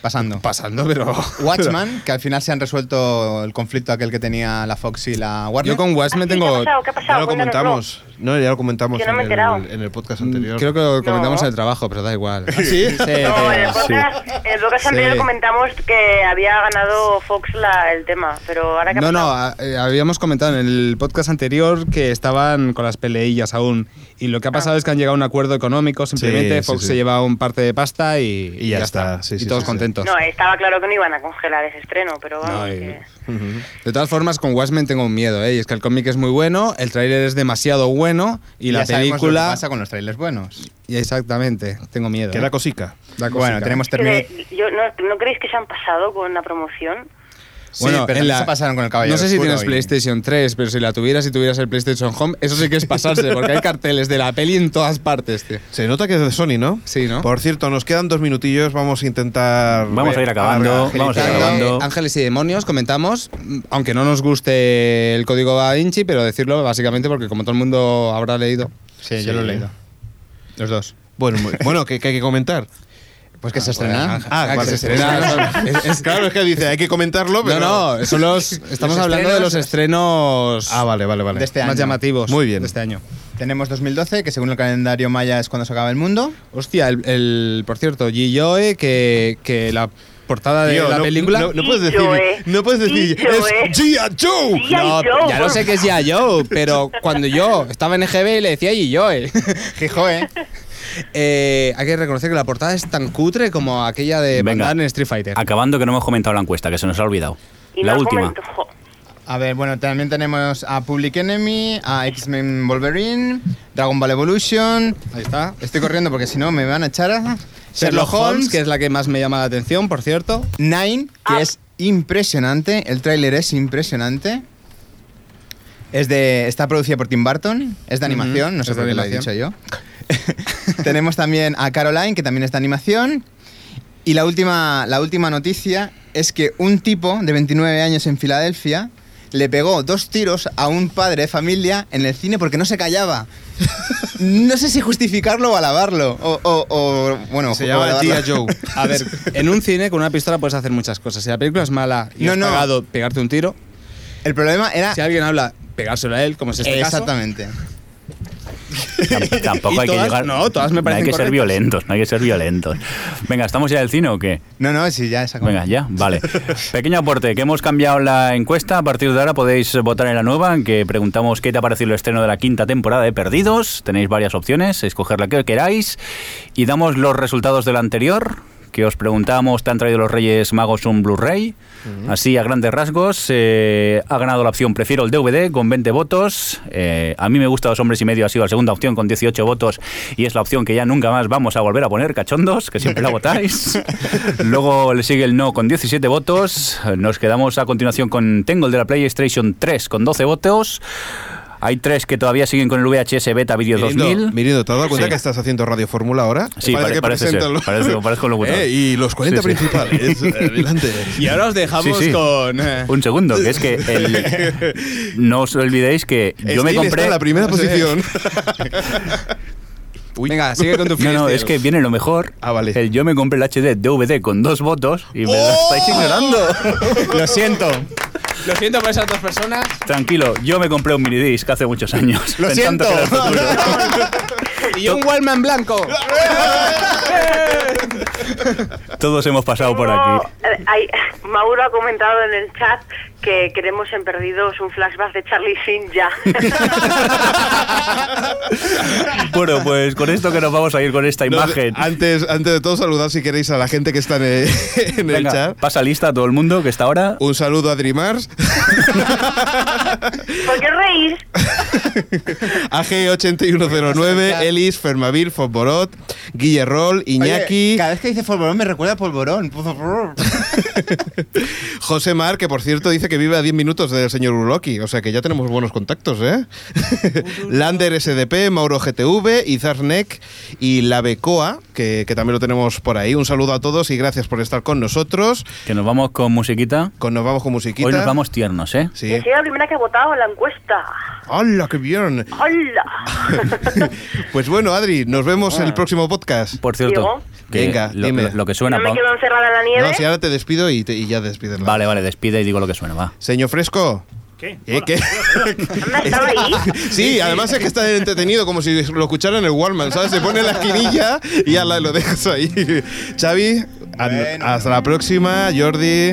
F: pasando.
G: Pasando, pero.
F: Watchman, que al final se han resuelto el conflicto aquel que tenía la Fox y la Warner.
G: Yo con Watchmen
D: Así, ¿qué ha
G: tengo.
D: pasado? ¿Qué ha pasado?
B: Ya lo
D: Cuéntanoslo.
B: comentamos. No, ya lo comentamos
D: Yo no me he
B: en,
D: enterado.
B: el, en el podcast anterior.
G: Mm, Creo que lo comentamos
D: No.
G: en el trabajo, pero da igual.
F: Ah, ¿Sí?
D: No, en el
E: Sí.
D: podcast, en el podcast
G: Eh, Sí.
D: anterior comentamos que había ganado Fox la- el tema, pero ahora que
G: No, no, a- eh, habíamos comentado en el podcast anterior que estaban con las peleillas aún. Y lo que ha pasado es que han llegado a un acuerdo económico, simplemente
B: sí,
G: Fox
B: sí.
G: se lleva un parte de pasta y,
B: Y ya está, sí,
G: y
B: sí,
G: todos
B: sí, sí.
G: contentos.
D: No, eh. estaba claro que no iban a congelar ese estreno, pero vamos.
G: No, y-
D: que-
G: De todas formas, con Watchmen tengo un miedo, ¿eh? Y es que el cómic es muy bueno, el tráiler es demasiado bueno y la
F: Ya sabemos lo que
G: película...
F: pasa con los trailers buenos?
G: Y Exactamente, tengo miedo.
B: Que
G: ¿eh?
B: era cosica.
G: Da cosica.
F: Bueno, tenemos
D: que
F: Terminator.
D: de- yo, ¿no, ¿No creéis que se han pasado con la promoción?
F: Sí, pero
G: en
F: se pasaron con el Caballero
G: No sé si
F: Oscuro
G: tienes
F: y-
G: PlayStation 3, pero si la tuvieras y tuvieras el PlayStation Home, eso sí que es pasarse, porque hay carteles de la peli en todas partes, tío.
B: Se nota que es de Sony, ¿no?
G: Sí, ¿no?
B: Por cierto, nos quedan dos minutillos. Vamos a intentar.
E: Vamos a ir acabando,
F: Angelita,
E: vamos a ir
F: no,
E: acabando.
G: Eh, Ángeles y demonios, comentamos, mm, aunque no nos guste el código Da Vinci, pero decirlo básicamente porque como todo el mundo habrá leído.
F: Sí, yo lo he leído. Los dos.
B: Bueno, muy- bueno que, que hay que comentar.
F: Pues que se estrena.
G: Ah, que
B: vale.
G: se estrena. Es- es-
B: claro, es que dice, hay que comentarlo, pero.
G: no, no, son los, estamos
F: Los
G: hablando de los
F: estrenos-
G: estrenos
B: Ah, vale, vale, vale.
F: De este
G: más
F: año.
G: llamativos
B: Muy bien.
G: de este año.
F: Tenemos 2012, que según el calendario maya es cuando se acaba el mundo.
G: Hostia, el, el- por cierto, G-Joe, que, que la portada de
B: Tío,
G: la
B: no-
G: película...
B: No, no puedes
D: Y
B: decir.
D: Joe.
B: No puedes
D: Y
B: decir.
D: Joe.
B: ¡Es Gia Joe!
D: G.I. Joe,
G: ya lo
D: por-
G: sé que es ya yo, pero cuando yo estaba en EGB y le decía G-Joe.
F: Jijoe.
G: Eh, hay que reconocer que la portada es tan cutre como aquella de Van
E: Venga.
G: Damme en Street Fighter.
E: Acabando que no hemos comentado la encuesta, que se nos ha olvidado.
D: Y
E: la
D: no
E: última.
D: comento- jo.
F: A ver, bueno, también tenemos a Public Enemy, a X-Men Wolverine, Dragon Ball Evolution.
G: Ahí está.
F: Estoy corriendo porque si no me van a echar. a-
G: Sherlock Holmes, que es la que más me llama la atención, por cierto.
F: Nine, que
D: Ah.
F: es impresionante. El tráiler es impresionante. Es de, está producida por Tim Burton. Es de animación, no sé
G: es de
F: por qué lo he dicho
G: animación.
F: yo. Tenemos también a Caroline, que también es de animación. Y la última, la última noticia es que un tipo de 29 años en Filadelfia le pegó dos tiros a un padre de familia en el cine porque no se callaba. No sé si justificarlo o alabarlo. O, o- o, bueno,
B: Se
F: o
B: llama
F: alabarlo.
B: Gia Joe.
G: A ver, en un cine con una pistola puedes hacer muchas cosas. Si la película es mala y
F: No,
G: has
F: no.
G: pagado pegarte un tiro,
F: El problema
B: Ah.
F: era.
G: si alguien habla, pegárselo a él, como es este caso.
F: Exactamente.
E: Tam- Tampoco
G: Y
E: hay que
G: todas-
E: llegar.
G: no, todas me parecen
E: hay que ser
G: correctas.
E: violentos, no hay que ser violentos. Venga, ¿estamos ya del cine o qué?
F: No, no, sí, ya esa
E: Venga, ya, vale. Pequeño aporte, que hemos cambiado la encuesta. A partir de ahora podéis votar en la nueva, en que preguntamos qué te ha parecido el estreno de la quinta temporada de Perdidos. Tenéis varias opciones, escoger la que queráis. Y damos los resultados de la anterior, que os preguntamos, te han traído los Reyes Magos un Blu-ray. Así, a grandes rasgos, eh, ha ganado la opción Prefiero el DVD con 20 votos. Eh, a mí me gusta Dos Hombres y Medio, ha sido la segunda opción con 18 votos y es la opción que ya nunca más vamos a volver a poner, cachondos, que siempre la votáis. Luego le sigue el No con 17 votos. Nos quedamos a continuación con Tengo el de la PlayStation 3 con 12 votos. Hay tres que todavía siguen con el VHS Beta Video
B: Mirindo,
E: 2000.
B: Mirindo, ¿te has dado cuenta
E: Sí.
B: que estás haciendo Radio Fórmula ahora?
E: Sí, pare- parece ser,
B: presentan los-
E: parece- parezco un locutor.
B: Eh, y los 40
E: Sí, sí.
B: principales. eh, Adelante.
F: Y ahora os dejamos
E: Sí, sí.
G: Pues,
F: con. eh,
E: Un segundo, que es que el- no os olvidéis que yo
B: Steel
E: me
B: está
E: compré.
B: en la primera posición. Uy.
F: Venga, sigue con tu
E: No, no,
F: freestyle.
E: es que viene lo mejor.
B: Ah, vale. ¡Oh!
E: El yo me compré el HD DVD con dos votos y me lo estáis ignorando.
B: Lo siento.
H: Lo siento por esas dos personas.
E: Tranquilo, yo me compré un minidisc hace muchos años.
B: Lo
E: Pensando
B: siento.
E: que era el futuro.
H: Y yo un Wallman blanco.
E: Todos hemos pasado Oh, por aquí.
D: Eh, hay- Mauro ha comentado en el chat que queremos en Perdidos un flashback de Charlie Sheen ya.
E: Bueno, pues con esto que nos vamos a ir con esta
B: No,
E: imagen.
B: antes, antes de todo, saludad si queréis a la gente que está en el, en el
E: Venga,
B: chat.
E: pasa lista a todo el mundo que está ahora.
B: Un saludo a Dreamars,
D: ¿Por qué os reís?
B: AG8109, Elis, Fermavil, Fosborot, Guillerrol,
F: Oye,
B: Iñaki,
F: Cada vez que dice polvorón me recuerda a polvorón. polvorón.
B: José Mar, que por cierto dice que vive a 10 minutos del señor Uloki, o sea que ya tenemos buenos contactos, ¿eh? Lander SDP, Mauro GTV, Izarnek y La Becoa, que, que también lo tenemos por ahí. Un saludo a todos y gracias por estar con nosotros.
E: Que nos vamos con musiquita.
B: Con nos vamos con musiquita.
E: Hoy nos vamos tiernos, ¿eh?
B: Sí.
D: Que soy la primera que ha votado en la encuesta.
B: ¡Hala, qué bien!
D: ¡Hola!
B: Pues bueno, Adri, nos vemos en el próximo podcast.
E: Por cierto,
D: Diego.
E: que
B: Venga,
E: lo,
B: dime.
E: lo- lo que suena.
D: ¿No me
E: pa-
D: quedo encerrada en la nieve?
B: No, si ahora te despido y, te- y ya despides.
E: Vale, vale, despide y digo lo que suena, va.
B: Señor Fresco.
H: ¿Qué?
B: ¿Eh, ¿Qué?
D: ¿Anda, estaba ahí?
B: Sí, además es que está entretenido, como si lo escucharan en el Wallman, ¿sabes? Se pone en la esquinilla y ya la- lo dejas ahí. Xavi, a-
F: Bueno.
B: hasta la próxima. Jordi,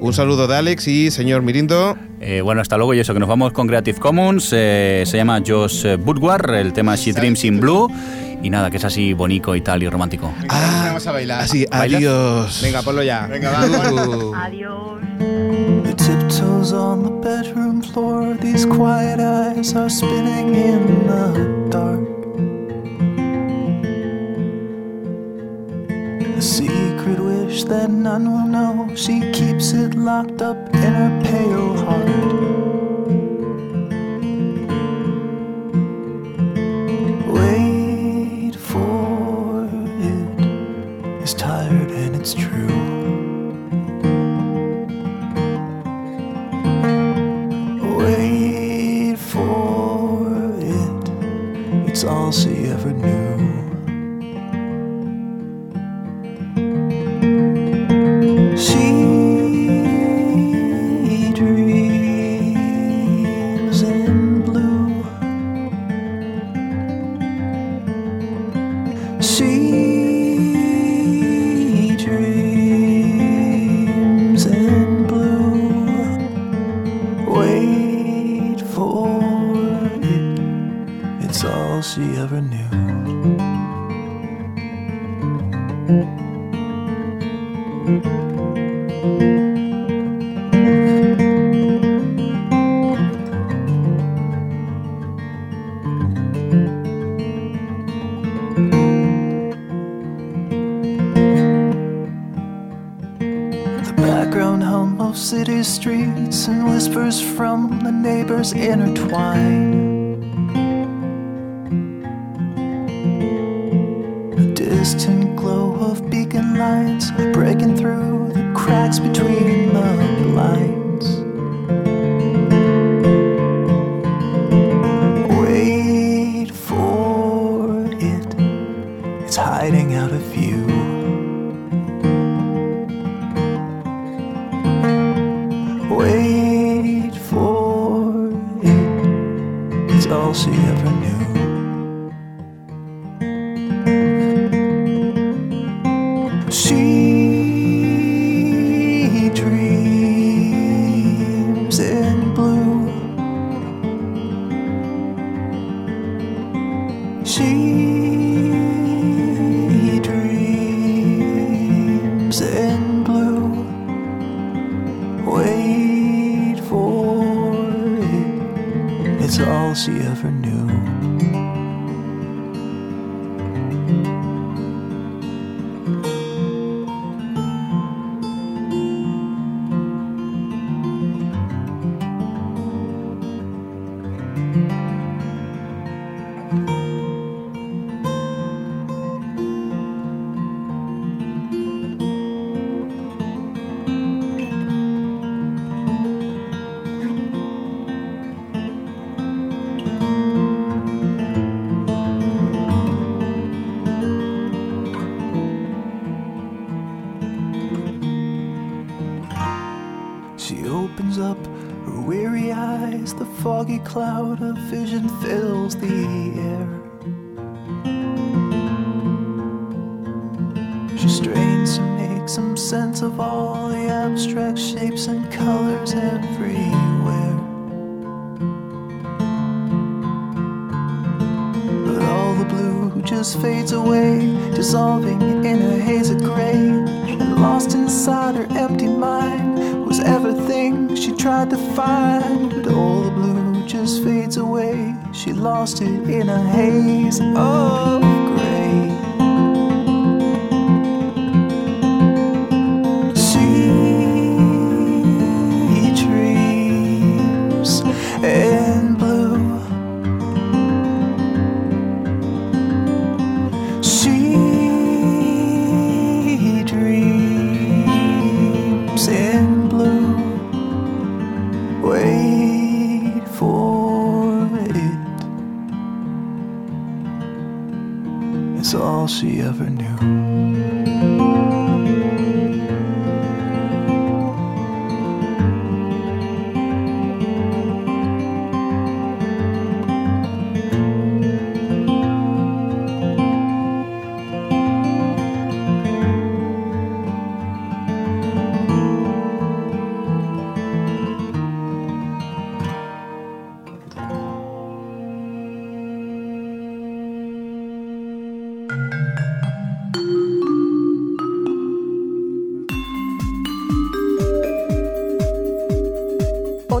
B: un saludo de Alex y señor Mirindo.
E: Eh, bueno, hasta luego y eso, que nos vamos con Creative Commons. eh, se llama Josh eh, Woodward, el tema She Dreams in Blue. Y nada, que es así bonito y tal y romántico.
B: Ah,
F: vamos a bailar.
B: Así, adiós.
F: Venga, ponlo ya. Venga, vamos.
D: Adiós.
I: The tiptoes on the bedroom floor, these quiet eyes are spinning in the dark. A secret wish that none will know, she keeps it locked up in her pale heart. Wait for it, it's tired and it's true. Wait for it. It's all she ever knew. She dreams in blue. She dreams in blue. Wait for it. It's all she ever knew. The background hum of city streets and whispers from the neighbors intertwine. A distant glow of beacon lights breaking through the cracks between the blinds. Wait for it, it's hiding out of view. Wait for it. It's all she ever knew. She dreams in blue. She dreams.
J: she ever knew.
I: She opens up her weary eyes, the foggy cloud of vision fills the air. She strains to make some sense of all the abstract shapes and colors everywhere. But all the blue just fades away, dissolving in a haze of gray. And lost inside her empty mind was everything she tried to find. But all the blue just fades away, she lost it in a haze of gray. She dreams in blue. She dreams in blue. Wait for it. It's all she ever knew.
A: O